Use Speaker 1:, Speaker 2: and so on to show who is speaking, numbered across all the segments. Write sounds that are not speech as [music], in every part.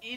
Speaker 1: ¿Y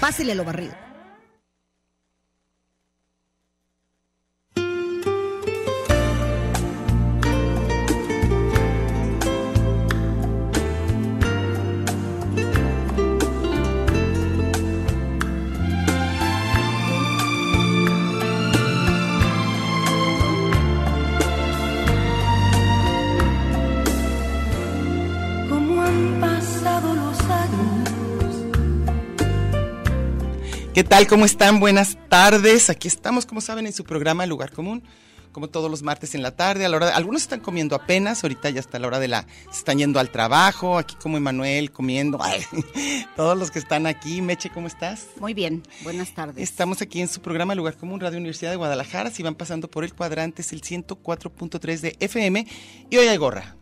Speaker 2: Pásele lo barrido.
Speaker 3: Como han pasado los años.
Speaker 4: ¿Qué tal? ¿Cómo están? Buenas tardes. Aquí estamos, como saben, en su programa Lugar Común, como todos los martes en la tarde. A la hora de- algunos están comiendo apenas, ahorita ya está la hora de la... Se están yendo al trabajo, aquí como Emanuel comiendo. [laughs] Ay, todos los que están aquí. Meche, ¿cómo estás?
Speaker 5: Muy bien, buenas tardes.
Speaker 4: Estamos aquí en su programa Lugar Común, Radio Universidad de Guadalajara. Si van pasando por el cuadrante, es el 104.3 de FM. Y hoy hay gorra.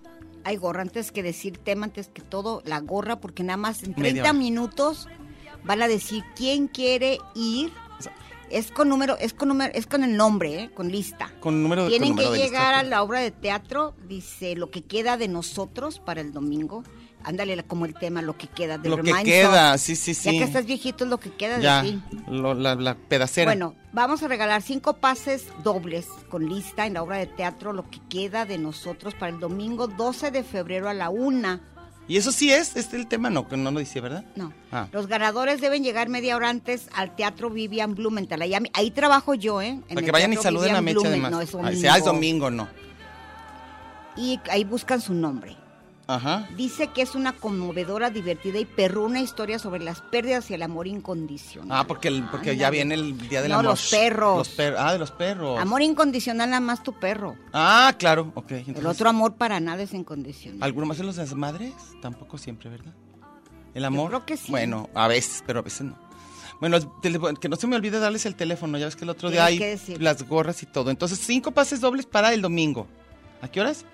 Speaker 5: Ay, gorra, antes que decir tema, antes que todo, la gorra, porque nada más en
Speaker 4: Media
Speaker 5: 30
Speaker 4: hora.
Speaker 5: minutos van a decir quién quiere ir.
Speaker 4: Exacto.
Speaker 5: Es con número, es con número, es con el nombre, ¿eh? con lista.
Speaker 4: Con número con
Speaker 5: Tienen
Speaker 4: número
Speaker 5: que
Speaker 4: de lista.
Speaker 5: llegar a la obra de teatro, dice lo que queda de nosotros para el domingo. Ándale la- como el tema, lo que queda de
Speaker 4: Lo que
Speaker 5: Reminds
Speaker 4: queda,
Speaker 5: Us.
Speaker 4: sí, sí,
Speaker 5: Ya
Speaker 4: sí.
Speaker 5: que estás viejito es lo que queda
Speaker 4: Ya,
Speaker 5: de ti.
Speaker 4: lo- la, la pedacera.
Speaker 5: Bueno, vamos a regalar cinco pases dobles con lista en la obra de teatro Lo que queda de nosotros para el domingo 12 de febrero a la una.
Speaker 4: Y eso sí es, este el tema no, que no lo dice, ¿verdad?
Speaker 5: No.
Speaker 4: Ah.
Speaker 5: Los ganadores deben llegar media hora antes al Teatro Vivian Blumenthal. Ahí, ahí trabajo yo, ¿eh? En
Speaker 4: Para
Speaker 5: el
Speaker 4: que vayan y
Speaker 5: Teatro
Speaker 4: saluden a
Speaker 5: Vivian
Speaker 4: Meche
Speaker 5: Blumen.
Speaker 4: además.
Speaker 5: No, es
Speaker 4: Ah,
Speaker 5: domingo.
Speaker 4: dice, ah, es domingo, no.
Speaker 5: Y ahí buscan su nombre.
Speaker 4: Ajá.
Speaker 5: Dice que es una conmovedora, divertida y perruna historia sobre las pérdidas y el amor incondicional.
Speaker 4: Ah, porque, el- porque ya
Speaker 5: Ándale.
Speaker 4: viene el día del
Speaker 5: No,
Speaker 4: amor.
Speaker 5: los perros.
Speaker 4: Los per- ah, de los perros.
Speaker 5: Amor incondicional, nada más tu perro.
Speaker 4: Ah, claro, ok. entonces-
Speaker 5: El otro amor para nada es incondicional.
Speaker 4: ¿Alguno más de los desmadres? Tampoco siempre, ¿verdad? ¿El amor?
Speaker 5: creo que sí.
Speaker 4: Bueno, a veces, pero a veces no. Bueno, el tele- que no se me olvide darles el teléfono, ya ves que el otro día
Speaker 5: Tienes que
Speaker 4: hay
Speaker 5: decir.
Speaker 4: las gorras y todo. Entonces, cinco pases dobles para el domingo. ¿A qué horas?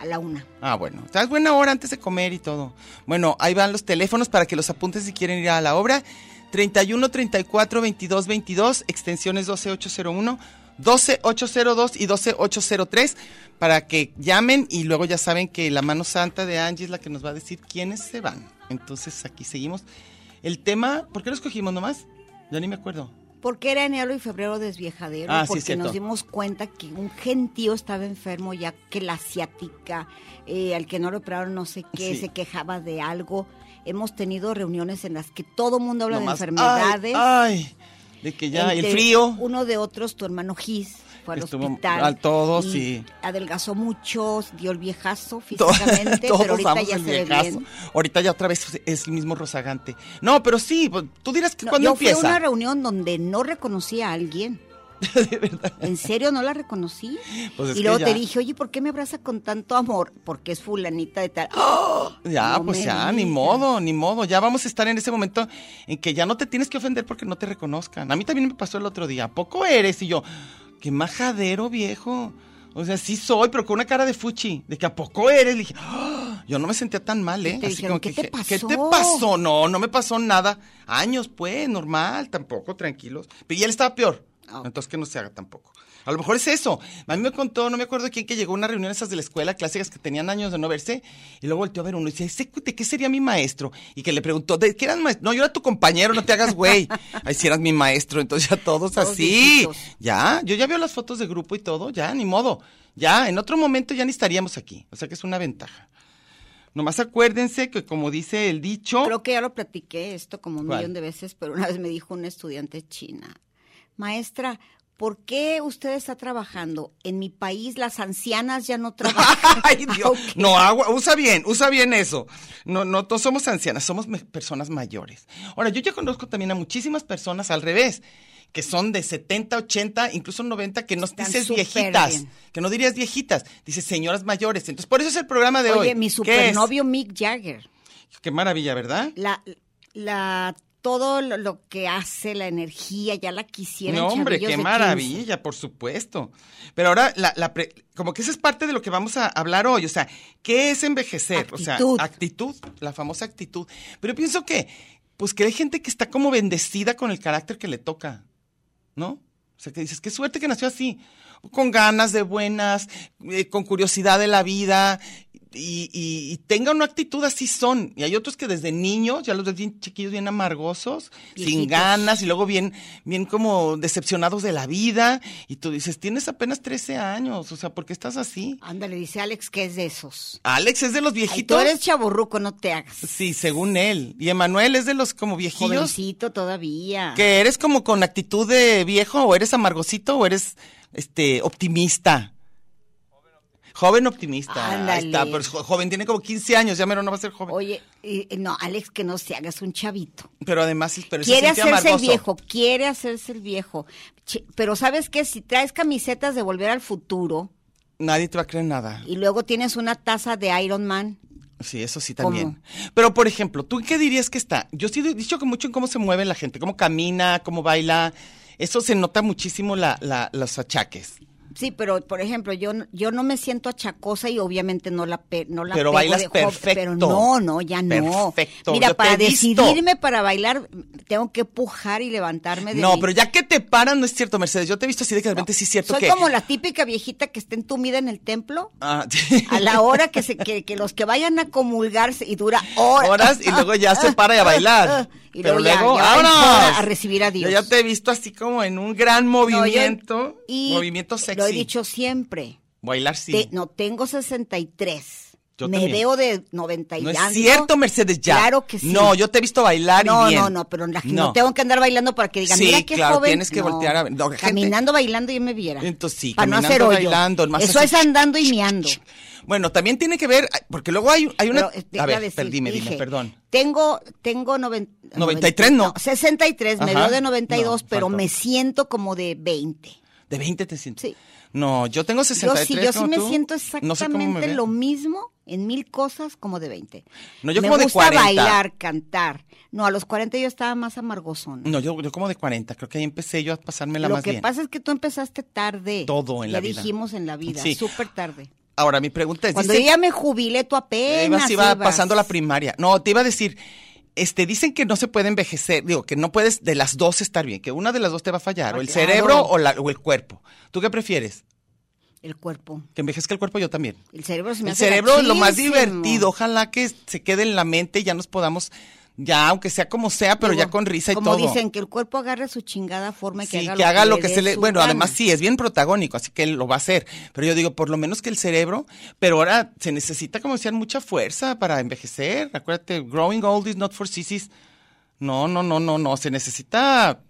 Speaker 5: A la una.
Speaker 4: Ah, bueno, estás buena hora antes de comer y todo. Bueno, ahí van los teléfonos para que los apunten si quieren ir a la obra. 31 34 22 22, extensiones 12801, 12802 y 12803 para que llamen y luego ya saben que la mano santa de Angie es la que nos va a decir quiénes se van. Entonces aquí seguimos. El tema, ¿por qué lo escogimos nomás? Ya ni me acuerdo.
Speaker 5: Porque era enero y febrero desviejadero,
Speaker 4: Ah, sí,
Speaker 5: porque
Speaker 4: es cierto.
Speaker 5: nos dimos cuenta que un gentío estaba enfermo ya que la asiática, eh, al que no lo operaron no sé qué,
Speaker 4: Sí.
Speaker 5: se quejaba de algo. Hemos tenido reuniones en las que todo mundo habla
Speaker 4: Nomás,
Speaker 5: de enfermedades.
Speaker 4: Ay, ay, de que ya el
Speaker 5: Entre
Speaker 4: frío.
Speaker 5: Uno de otros, tu hermano Gis, fue al
Speaker 4: Estuvo
Speaker 5: hospital.
Speaker 4: al todo,
Speaker 5: y
Speaker 4: sí.
Speaker 5: Adelgazó mucho, dio el viejazo
Speaker 4: [laughs] To-
Speaker 5: físicamente,
Speaker 4: todos
Speaker 5: pero ahorita
Speaker 4: damos
Speaker 5: ya
Speaker 4: el
Speaker 5: se ve
Speaker 4: viejazo.
Speaker 5: bien.
Speaker 4: Ahorita ya otra vez es el mismo rozagante. No, pero sí, pues, tú dirás que
Speaker 5: No,
Speaker 4: cuando
Speaker 5: yo fui a
Speaker 4: empieza.
Speaker 5: una reunión donde no reconocí a
Speaker 4: [laughs]
Speaker 5: alguien. En serio, no la reconocí.
Speaker 4: Pues es
Speaker 5: y luego
Speaker 4: que
Speaker 5: te
Speaker 4: ya-
Speaker 5: dije, oye, ¿por qué me abraza con tanto amor? Porque es fulanita de tal. ¡Oh!
Speaker 4: Ya,
Speaker 5: No
Speaker 4: pues
Speaker 5: me
Speaker 4: ya,
Speaker 5: digas.
Speaker 4: ni modo, ni modo. Ya vamos a estar en ese momento en que ya no te tienes que ofender porque no te reconozcan. A mí también me pasó el otro día. ¿A poco eres? Y yo, qué majadero, viejo. O sea, sí soy, pero con una cara de fuchi. De que a poco eres. Le dije, "Ah". yo no me sentía tan mal, ¿eh?
Speaker 5: te dijeron,
Speaker 4: que
Speaker 5: "¿Qué te
Speaker 4: dije, ¿Qué te
Speaker 5: pasó?".
Speaker 4: pasó? No, no me pasó nada. Años, pues, normal, tampoco, tranquilos. Pero ya él estaba peor.
Speaker 5: Ah.
Speaker 4: Entonces que no se haga tampoco. A lo mejor es eso. A mí me contó, no me acuerdo quién, que llegó a una reunión esas de la escuela, clásicas que tenían años de no verse, y luego volteó a ver uno y dice, "¿Ese cu- ¿de qué sería mi maestro? Y que le preguntó, ¿de qué eras maestro? No, yo era tu compañero, no te
Speaker 5: [laughs]
Speaker 4: hagas güey. Ahí si eras mi maestro, entonces ya todos,
Speaker 5: Todos
Speaker 4: así.
Speaker 5: viejitos.
Speaker 4: Ya, yo ya veo las fotos de grupo y todo, ya, ni modo. Ya, en otro momento ya ni estaríamos aquí. O sea que es una ventaja. Nomás acuérdense que como dice el dicho...
Speaker 5: Creo que ya lo platiqué esto como un
Speaker 4: ¿Cuál?
Speaker 5: millón de veces, pero una vez me dijo una estudiante china, maestra, ¿por qué usted está trabajando? En mi país las ancianas ya no trabajan.
Speaker 4: [laughs] Ay, Dios.
Speaker 5: Ah, Ok.
Speaker 4: No, agua, usa bien, usa bien eso. No, no, no somos ancianas, somos me- personas mayores. Ahora, yo ya conozco también a muchísimas personas al revés, que son de 70, 80, incluso 90, que no
Speaker 5: Están
Speaker 4: dices
Speaker 5: súper
Speaker 4: viejitas,
Speaker 5: bien.
Speaker 4: que no dirías viejitas, dices señoras mayores. Entonces, por eso es el programa de hoy.
Speaker 5: Oye, mi
Speaker 4: ¿Qué es?
Speaker 5: supernovio Mick Jagger.
Speaker 4: Qué maravilla, ¿verdad?
Speaker 5: La, la, todo lo, lo que hace, la energía, ya la quisiera.
Speaker 4: No, hombre, qué maravilla, por supuesto. Pero ahora, la, la pre- como que esa es parte de lo que vamos a hablar hoy. O sea, ¿qué es envejecer? O
Speaker 5: Actitud.
Speaker 4: sea, actitud, la famosa actitud. Pero pienso que, pues que hay gente que está como bendecida con el carácter que le toca, ¿no? O sea, que dices, qué suerte que nació así, con ganas de buenas, eh, con curiosidad de la vida. Y, y- y tenga una actitud así son. Y hay otros que desde niños, ya los ves bien chiquillos, bien amargosos, sin
Speaker 5: Viejitos.
Speaker 4: ganas ganas y luego bien, bien como decepcionados de la vida. Y tú dices, tienes apenas 13 años, o sea, ¿por qué estás así?
Speaker 5: Ándale, dice Alex que es de esos.
Speaker 4: Alex es de los
Speaker 5: Ay, tú
Speaker 4: viejitos.
Speaker 5: eres chaborruco, no te hagas.
Speaker 4: Sí, según él. Y Emanuel es de los como viejillos.
Speaker 5: Jovencito todavía.
Speaker 4: Que eres como con actitud de viejo, o eres amargosito, o eres este optimista. Joven optimista. Ahí
Speaker 5: Ándale.
Speaker 4: está, pero es jo- joven, tiene como 15 años, ya mero no va a ser joven.
Speaker 5: Oye, y- no, Alex, que no se hagas un chavito.
Speaker 4: Pero además, sí, pero se
Speaker 5: quiere
Speaker 4: siente
Speaker 5: hacerse el
Speaker 4: amargoso.
Speaker 5: viejo, quiere hacerse el viejo. Che, pero sabes qué, si traes camisetas de volver al futuro
Speaker 4: Nadie te va a creer nada.
Speaker 5: y luego tienes una taza de Iron Man,
Speaker 4: Sí, eso sí
Speaker 5: ¿Cómo?
Speaker 4: también. Pero, por ejemplo, ¿tú en qué dirías que está? Yo sí he dicho que mucho en cómo se mueve la gente, cómo camina, cómo baila. Eso se nota muchísimo la, la- los achaques.
Speaker 5: Sí, pero por ejemplo, yo no- yo no me siento achacosa y obviamente no la pe- no la
Speaker 4: Pero
Speaker 5: pego
Speaker 4: bailas
Speaker 5: de joven,
Speaker 4: perfecto.
Speaker 5: Pero no, no, ya no.
Speaker 4: Perfecto, yo
Speaker 5: Mira,
Speaker 4: te he
Speaker 5: para
Speaker 4: visto.
Speaker 5: decidirme para bailar tengo que pujar y levantarme de
Speaker 4: No,
Speaker 5: mi-
Speaker 4: pero ya que te paran, no es cierto, Mercedes. Yo te he visto así de que de repente sí es cierto
Speaker 5: Soy
Speaker 4: que.
Speaker 5: como la típica viejita que está entumida en el templo
Speaker 4: Ah,
Speaker 5: a la hora que se que, que los que vayan a comulgarse y dura horas.
Speaker 4: [laughs] horas y luego ya se para y a bailar.
Speaker 5: [laughs] Y
Speaker 4: pero
Speaker 5: luego ya-
Speaker 4: luego,
Speaker 5: ya va en
Speaker 4: ¡vámonos!
Speaker 5: hora a recibir a Dios.
Speaker 4: Yo ya te he visto así como en un gran
Speaker 5: No, yo-
Speaker 4: movimiento,
Speaker 5: y
Speaker 4: movimiento sexy.
Speaker 5: Lo he dicho siempre.
Speaker 4: Bailar sí.
Speaker 5: Te- no, tengo 63.
Speaker 4: Yo
Speaker 5: me
Speaker 4: también.
Speaker 5: veo de 90 y
Speaker 4: No es
Speaker 5: algo.
Speaker 4: cierto, Mercedes, ya.
Speaker 5: Claro que sí.
Speaker 4: No, yo te he visto bailar
Speaker 5: no,
Speaker 4: y bien.
Speaker 5: No, no, pero la- no. tengo que andar bailando para que digan,
Speaker 4: Sí,
Speaker 5: mira qué
Speaker 4: claro,
Speaker 5: joven.
Speaker 4: tienes que
Speaker 5: No,
Speaker 4: voltear a ver. No, gente-
Speaker 5: caminando, bailando, yo me viera.
Speaker 4: Entonces, sí,
Speaker 5: para no hacer
Speaker 4: caminando,
Speaker 5: hoyo.
Speaker 4: bailando, más
Speaker 5: Eso es
Speaker 4: así,
Speaker 5: andando y meando.
Speaker 4: Bueno, también tiene que ver, porque luego hay, hay una...
Speaker 5: Pero, eh, te
Speaker 4: a
Speaker 5: iba
Speaker 4: ver,
Speaker 5: decir,
Speaker 4: per- dime, dime,
Speaker 5: dije,
Speaker 4: perdón.
Speaker 5: Tengo, tengo noven-
Speaker 4: 93 no.
Speaker 5: 63, me
Speaker 4: Ajá.
Speaker 5: veo de 92,
Speaker 4: No,
Speaker 5: pero
Speaker 4: faltó.
Speaker 5: me siento como de 20.
Speaker 4: ¿De 20 te sientes?
Speaker 5: Sí.
Speaker 4: No, yo tengo
Speaker 5: Yo
Speaker 4: 63
Speaker 5: sí, yo sí
Speaker 4: como
Speaker 5: me
Speaker 4: tú.
Speaker 5: siento
Speaker 4: No sé cómo me
Speaker 5: exactamente
Speaker 4: veo.
Speaker 5: lo mismo en mil cosas como de 20.
Speaker 4: No, yo
Speaker 5: me
Speaker 4: como de
Speaker 5: gusta
Speaker 4: 40.
Speaker 5: bailar, cantar. No, a los 40 yo estaba más amargozona.
Speaker 4: No, yo, yo como de 40, creo que ahí empecé yo a pasármela
Speaker 5: Lo
Speaker 4: más
Speaker 5: que
Speaker 4: bien.
Speaker 5: pasa es que tú empezaste tarde.
Speaker 4: Todo en la
Speaker 5: Ya
Speaker 4: vida.
Speaker 5: dijimos en la vida,
Speaker 4: Sí.
Speaker 5: súper tarde.
Speaker 4: Ahora, mi pregunta es...
Speaker 5: Cuando
Speaker 4: dicen-
Speaker 5: yo ya me jubilé, tú
Speaker 4: Eh,
Speaker 5: apenas
Speaker 4: ibas- iba
Speaker 5: ibas.
Speaker 4: pasando la primaria. No, te iba a decir, este, dicen que no se puede envejecer, digo, que no puedes de las dos estar bien, que una de las dos te va a fallar,
Speaker 5: Ah,
Speaker 4: o el
Speaker 5: claro.
Speaker 4: cerebro o, la- o el cuerpo. ¿Tú qué prefieres?
Speaker 5: El cuerpo.
Speaker 4: Que envejezca el cuerpo yo también.
Speaker 5: El cerebro se me
Speaker 4: El
Speaker 5: hace
Speaker 4: cerebro es lo más
Speaker 5: gachísimo.
Speaker 4: divertido. Ojalá que se quede en la mente y ya nos podamos, ya, aunque sea como sea, pero
Speaker 5: Digo,
Speaker 4: ya con risa y
Speaker 5: como
Speaker 4: todo.
Speaker 5: dicen, que el cuerpo agarre su chingada forma y que
Speaker 4: Sí,
Speaker 5: haga
Speaker 4: que haga lo que
Speaker 5: dé
Speaker 4: se le...
Speaker 5: su
Speaker 4: Bueno,
Speaker 5: gana.
Speaker 4: además sí, es bien protagónico, así que él lo va a hacer. Pero yo digo, por lo menos que el cerebro... Pero ahora se necesita, como decían, mucha fuerza para envejecer. Acuérdate, growing old is not for sissies. No, no, no, no, no. Se necesita...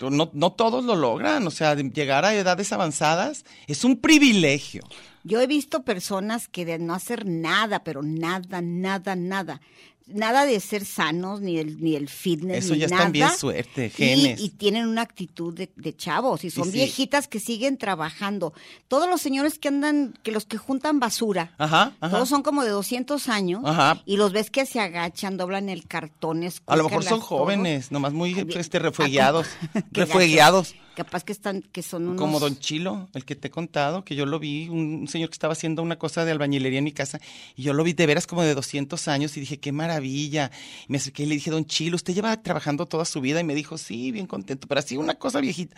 Speaker 4: No, no todos lo logran. O sea, de llegar a edades avanzadas es un privilegio.
Speaker 5: Yo he visto personas que de no hacer nada, pero nada, nada, nada. Nada de ser sanos, ni el, ni el fitness,
Speaker 4: Eso
Speaker 5: ni
Speaker 4: ya es
Speaker 5: nada.
Speaker 4: también suerte,
Speaker 5: Y-
Speaker 4: genes.
Speaker 5: Y, tienen una actitud de, de chavos, y son
Speaker 4: sí.
Speaker 5: viejitas que siguen trabajando. Todos los señores que andan, que los que juntan basura,
Speaker 4: Ajá, ajá.
Speaker 5: todos son como de 200 años,
Speaker 4: Ajá.
Speaker 5: y los ves que se agachan, doblan el cartón,
Speaker 4: A lo mejor
Speaker 5: escucan
Speaker 4: son
Speaker 5: las cosas.
Speaker 4: jóvenes, nomás muy
Speaker 5: [laughs] Ay, bien.
Speaker 4: este,
Speaker 5: Ah, como-
Speaker 4: refuegueados.
Speaker 5: Qué gacho.
Speaker 4: refuegueados.
Speaker 5: Capaz que están, que son unos...
Speaker 4: Como Don Chilo, el que te he contado, que yo lo vi, un señor que estaba haciendo una cosa de albañilería en mi casa, y yo lo vi de veras como de 200 años, y dije, qué maravilla. Y me acerqué y le dije, Don Chilo, usted lleva trabajando toda su vida, y me dijo, sí, bien contento, pero así una cosa viejita.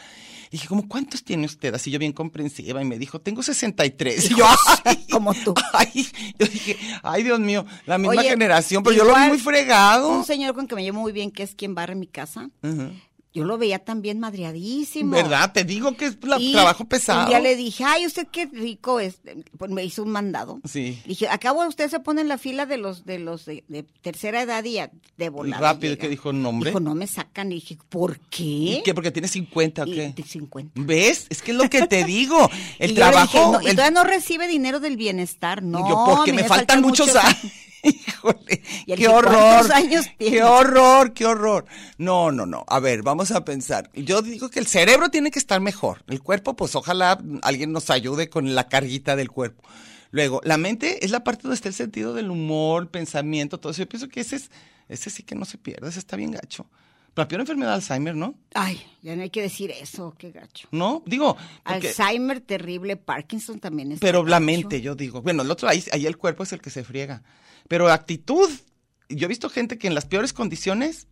Speaker 4: Y dije, ¿cómo cuántos tiene usted? Así yo bien comprensiva, y me dijo, tengo 63. Y yo, [laughs] ay,
Speaker 5: como tú.
Speaker 4: Ay, yo dije, ay, Dios mío, la misma
Speaker 5: Oye,
Speaker 4: generación, pero yo lo vi
Speaker 5: igual,
Speaker 4: muy fregado.
Speaker 5: Un señor con que me llevo muy bien, que es quien barre mi casa.
Speaker 4: Ujú.
Speaker 5: Yo lo veía también madreadísimo.
Speaker 4: ¿Verdad? Te digo que es la-
Speaker 5: Y
Speaker 4: trabajo pesado.
Speaker 5: Un día le dije, ay, usted qué rico es. Pues me hizo un mandado.
Speaker 4: Sí.
Speaker 5: Le dije, acabo usted se pone en la fila de los de los de, de tercera edad y a- de volada.
Speaker 4: Rápido,
Speaker 5: llega".
Speaker 4: que dijo nombre.
Speaker 5: Dijo, no me sacan. Y dije, ¿por qué?
Speaker 4: ¿Y qué? Porque tiene 50 o
Speaker 5: Y
Speaker 4: qué.
Speaker 5: de 50.
Speaker 4: ¿Ves? Es que es lo
Speaker 5: [laughs]
Speaker 4: que te digo. El
Speaker 5: Y yo le dije,
Speaker 4: trabajo.
Speaker 5: "No, y
Speaker 4: el-
Speaker 5: todavía no recibe dinero del bienestar, no.
Speaker 4: yo, porque
Speaker 5: a mí
Speaker 4: me faltan
Speaker 5: faltan
Speaker 4: muchos años. [laughs] Híjole,
Speaker 5: Y él
Speaker 4: qué
Speaker 5: dijo,
Speaker 4: horror.
Speaker 5: "¿Cuántos años
Speaker 4: qué
Speaker 5: tienes?"
Speaker 4: horror, qué horror. No, no, no. A ver, vamos a pensar. Yo digo que el cerebro tiene que estar mejor. El cuerpo, pues ojalá alguien nos ayude con la carguita del cuerpo. Luego, la mente es la parte donde está el sentido del humor, el pensamiento, todo eso. Yo pienso que ese es, ese sí que no se pierde, ese está bien gacho. La peor enfermedad Alzheimer, ¿no?
Speaker 5: Ay, ya no hay que decir eso, qué gacho.
Speaker 4: No, digo. porque-
Speaker 5: Alzheimer terrible, Parkinson también es.
Speaker 4: Pero la
Speaker 5: gacho.
Speaker 4: mente, yo digo. Bueno, el otro, ahí, ahí el cuerpo es el que se friega. Pero actitud. Yo he visto gente que en las peores condiciones,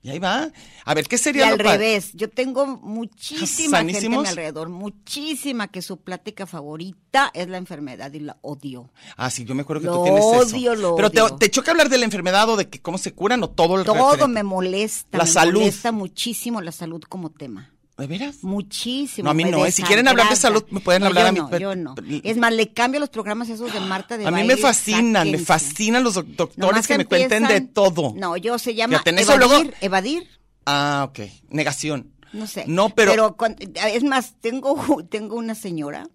Speaker 4: y ahí va. A ver, ¿qué
Speaker 5: Y
Speaker 4: sería
Speaker 5: al
Speaker 4: lo pa-
Speaker 5: revés, yo tengo muchísima gente a mi
Speaker 4: ¿Sanísimos?
Speaker 5: alrededor, muchísima que su plática favorita es la enfermedad y la odio.
Speaker 4: Ah, sí, yo me acuerdo que tú
Speaker 5: Lo
Speaker 4: tienes eso.
Speaker 5: odio, lo
Speaker 4: Pero te,
Speaker 5: odio.
Speaker 4: te choca hablar de la enfermedad o de que cómo se curan o todo el
Speaker 5: Todo
Speaker 4: referente?
Speaker 5: me molesta,
Speaker 4: La
Speaker 5: me
Speaker 4: salud.
Speaker 5: molesta muchísimo la salud como tema.
Speaker 4: ¿De veras?
Speaker 5: Muchísimo.
Speaker 4: No, a mí
Speaker 5: me
Speaker 4: no, eh. Si quieren hablar de
Speaker 5: desagrada.
Speaker 4: salud, me pueden
Speaker 5: No,
Speaker 4: hablar
Speaker 5: yo
Speaker 4: a mí,
Speaker 5: no,
Speaker 4: pero-
Speaker 5: yo no.
Speaker 4: pero-
Speaker 5: Es más, le cambio los programas esos de Marta de
Speaker 4: A mí
Speaker 5: baile
Speaker 4: me
Speaker 5: y
Speaker 4: fascinan, me
Speaker 5: sáquense.
Speaker 4: fascinan los doc- doctores
Speaker 5: Nomás
Speaker 4: que me cuenten de
Speaker 5: empiezan-
Speaker 4: todo.
Speaker 5: No, yo se llama
Speaker 4: Fíjate, en eso
Speaker 5: evadir,
Speaker 4: luego-
Speaker 5: evadir,
Speaker 4: Ah, ok. Negación.
Speaker 5: no sé.
Speaker 4: No, pero,
Speaker 5: cuan- es más, tengo, tengo una señora,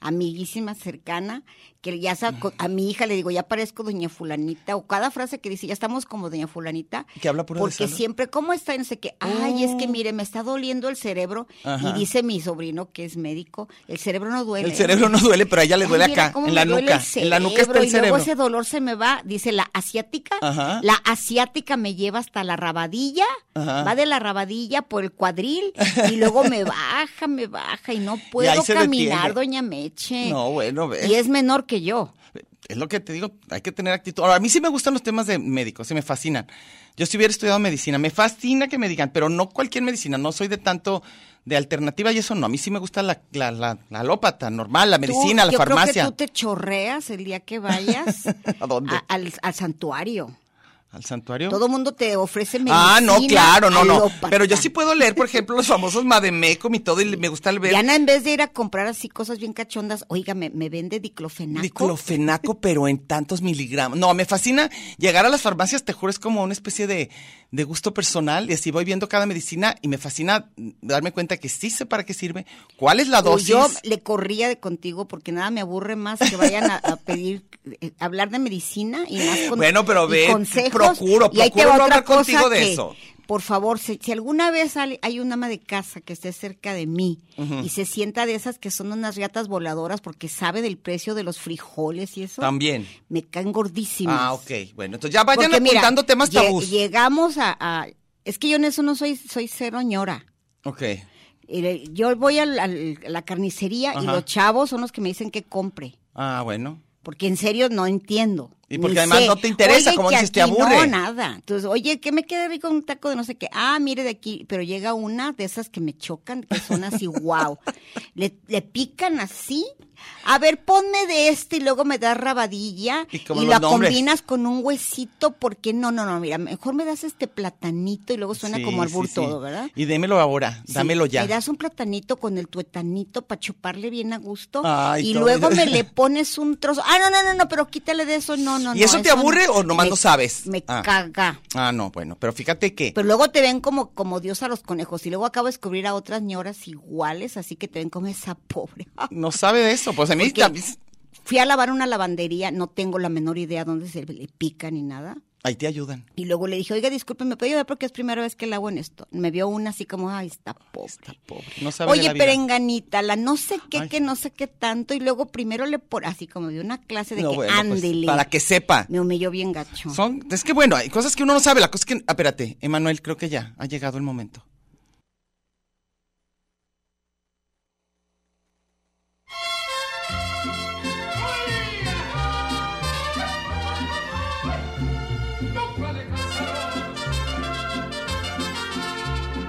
Speaker 5: amiguísima, cercana, que ya sa- co- a mi hija le digo, ya parezco doña fulanita, o cada frase que dice, ya estamos como doña fulanita.
Speaker 4: Que habla puro de
Speaker 5: Porque
Speaker 4: salud. Oh.
Speaker 5: siempre, ¿cómo está? Y no sé qué, ay, es que mire, me está doliendo el cerebro.
Speaker 4: Ajá.
Speaker 5: Y dice mi sobrino, que es médico, el cerebro no duele.
Speaker 4: el cerebro no duele, pero a ella le
Speaker 5: Ay,
Speaker 4: duele
Speaker 5: mira
Speaker 4: acá,
Speaker 5: cómo
Speaker 4: en
Speaker 5: me
Speaker 4: la
Speaker 5: duele
Speaker 4: nuca.
Speaker 5: el
Speaker 4: En la nuca está el
Speaker 5: cerebro, Y
Speaker 4: cerebro.
Speaker 5: luego ese dolor se me va, dice la asiática.
Speaker 4: Ajá.
Speaker 5: La asiática me lleva hasta la rabadilla,
Speaker 4: Ajá.
Speaker 5: va de la rabadilla por el cuadril y luego me baja, me baja
Speaker 4: [laughs]
Speaker 5: y no puedo
Speaker 4: se detiene.
Speaker 5: caminar, doña Meche.
Speaker 4: No, bueno, ves.
Speaker 5: y es menor que yo.
Speaker 4: Es lo que te digo, hay que tener actitud. Ahora, a mí sí me gustan los temas de médicos, se me fascinan. Yo si hubiera estudiado medicina, me fascina que me digan, pero no cualquier medicina, no soy de tanto de alternativa y eso no. A mí sí me gusta la, la, la, la alópata normal, la
Speaker 5: Tú-
Speaker 4: medicina, la
Speaker 5: yo
Speaker 4: farmacia.
Speaker 5: Creo que tú te chorreas el día que vayas
Speaker 4: [laughs] ¿A dónde?
Speaker 5: al, al santuario.
Speaker 4: ¿Al santuario?
Speaker 5: Todo mundo te ofrece medicina.
Speaker 4: ah, no, claro, no, no.
Speaker 5: alópata.
Speaker 4: Pero yo sí puedo leer, por ejemplo, los famosos Mademecum y todo, y me gusta el ver.
Speaker 5: Diana, en vez de ir a comprar así cosas bien cachondas, oiga, me, me vende diclofenaco.
Speaker 4: Diclofenaco, pero en tantos miligramos. No, me fascina llegar a las farmacias, te juro, es como una especie de, de gusto personal. Y así voy viendo cada medicina y me fascina darme cuenta que sí sé para qué sirve, cuál es la
Speaker 5: Uy,
Speaker 4: dosis.
Speaker 5: yo le corría de contigo porque nada me aburre más que vayan a, a pedir, eh, hablar de medicina y más con-
Speaker 4: Bueno, pero
Speaker 5: y
Speaker 4: ve,
Speaker 5: consejos.
Speaker 4: procuro,
Speaker 5: y ahí te
Speaker 4: procuro
Speaker 5: va otra
Speaker 4: no hablar contigo
Speaker 5: cosa
Speaker 4: de
Speaker 5: que,
Speaker 4: eso.
Speaker 5: Por favor, si, si alguna vez sale- hay una ama de casa que esté cerca de mí y se sienta de esas que son unas gatas voladoras porque sabe del precio de los frijoles y eso,
Speaker 4: También.
Speaker 5: me caen gordísimas.
Speaker 4: Ah, ok. Bueno, entonces ya vayan
Speaker 5: Porque mira,
Speaker 4: apuntando temas
Speaker 5: lle-
Speaker 4: tabús.
Speaker 5: Llegamos a, a- Es que yo en eso no soy, soy cero ñora.
Speaker 4: ok.
Speaker 5: Y le- Yo voy al- al- a la carnicería y
Speaker 4: Ajá.
Speaker 5: los chavos son los que me dicen que compre.
Speaker 4: Ah, bueno.
Speaker 5: Porque en serio no entiendo.
Speaker 4: Y
Speaker 5: ni
Speaker 4: porque además
Speaker 5: sé.
Speaker 4: no te interesa,
Speaker 5: Oye,
Speaker 4: como
Speaker 5: que
Speaker 4: dices, te
Speaker 5: aquí
Speaker 4: aburre.
Speaker 5: No, nada. Entonces, oye, que me quede rico un taco de no sé qué. Ah, mire de aquí. Pero llega una de esas que me chocan, que son
Speaker 4: [laughs]
Speaker 5: así, wow. Le, le pican así. A ver, ponme de este y luego me das rabadilla
Speaker 4: Y
Speaker 5: y,
Speaker 4: como los
Speaker 5: la
Speaker 4: nombres.
Speaker 5: combinas con un huesito porque no, no, no, mira, mejor me das este platanito y luego suena
Speaker 4: Sí,
Speaker 5: como
Speaker 4: sí,
Speaker 5: albur
Speaker 4: sí.
Speaker 5: todo, ¿verdad?
Speaker 4: Y démelo ahora,
Speaker 5: Sí,
Speaker 4: dámelo ya.
Speaker 5: Me das un platanito con el tuetanito para chuparle bien a gusto.
Speaker 4: Ay,
Speaker 5: y
Speaker 4: todo.
Speaker 5: luego me
Speaker 4: [laughs]
Speaker 5: le pones un trozo. Ah, no, no, no, no, pero quítale de eso. No, no,
Speaker 4: ¿Y
Speaker 5: no,
Speaker 4: eso te aburre o nomás
Speaker 5: me-
Speaker 4: no sabes?
Speaker 5: Me
Speaker 4: Ah.
Speaker 5: caga.
Speaker 4: Ah, no, bueno, pero fíjate que.
Speaker 5: Pero luego te ven como, como Dios a los conejos. Y luego acabo de descubrir a otras ñoras iguales, así que te ven como esa pobre. [laughs]
Speaker 4: no sabe de eso, pues a mí
Speaker 5: Porque
Speaker 4: también-
Speaker 5: Fui a lavar una lavandería, no tengo la menor idea dónde se le pica ni nada.
Speaker 4: ahí te ayudan.
Speaker 5: Y luego le dije, oiga, disculpe, ¿me puede ayudar? Porque es primera vez que lavo en esto. Me vio una así como, ay, está pobre.
Speaker 4: Está pobre, no sabe de
Speaker 5: Oye,
Speaker 4: la vida.
Speaker 5: perenganita, la no sé qué,
Speaker 4: Ay.
Speaker 5: que no sé qué tanto, y luego primero le por así como de una clase de
Speaker 4: No,
Speaker 5: que
Speaker 4: bueno, pues,
Speaker 5: ándele.
Speaker 4: para que sepa.
Speaker 5: Me humilló bien gacho.
Speaker 4: Son, es que bueno, hay cosas que uno no sabe. La cosa es que, ah, espérate, Emanuel, creo que ya ha llegado el momento.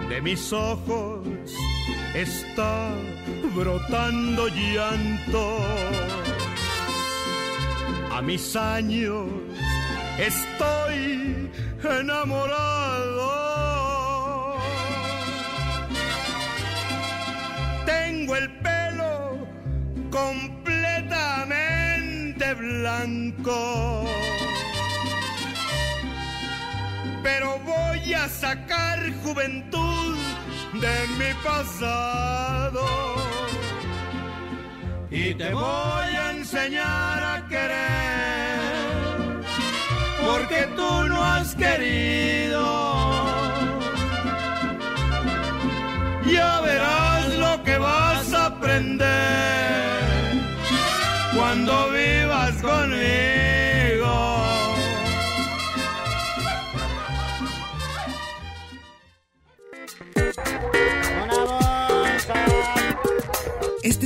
Speaker 6: De mis ojos está brotando llanto. A mis años estoy enamorado. el pelo completamente blanco. Pero voy a sacar juventud de mi pasado. Y te voy a enseñar a querer. Porque tú no has querido ya verás lo que vas a aprender cuando vivas conmigo.
Speaker 7: Este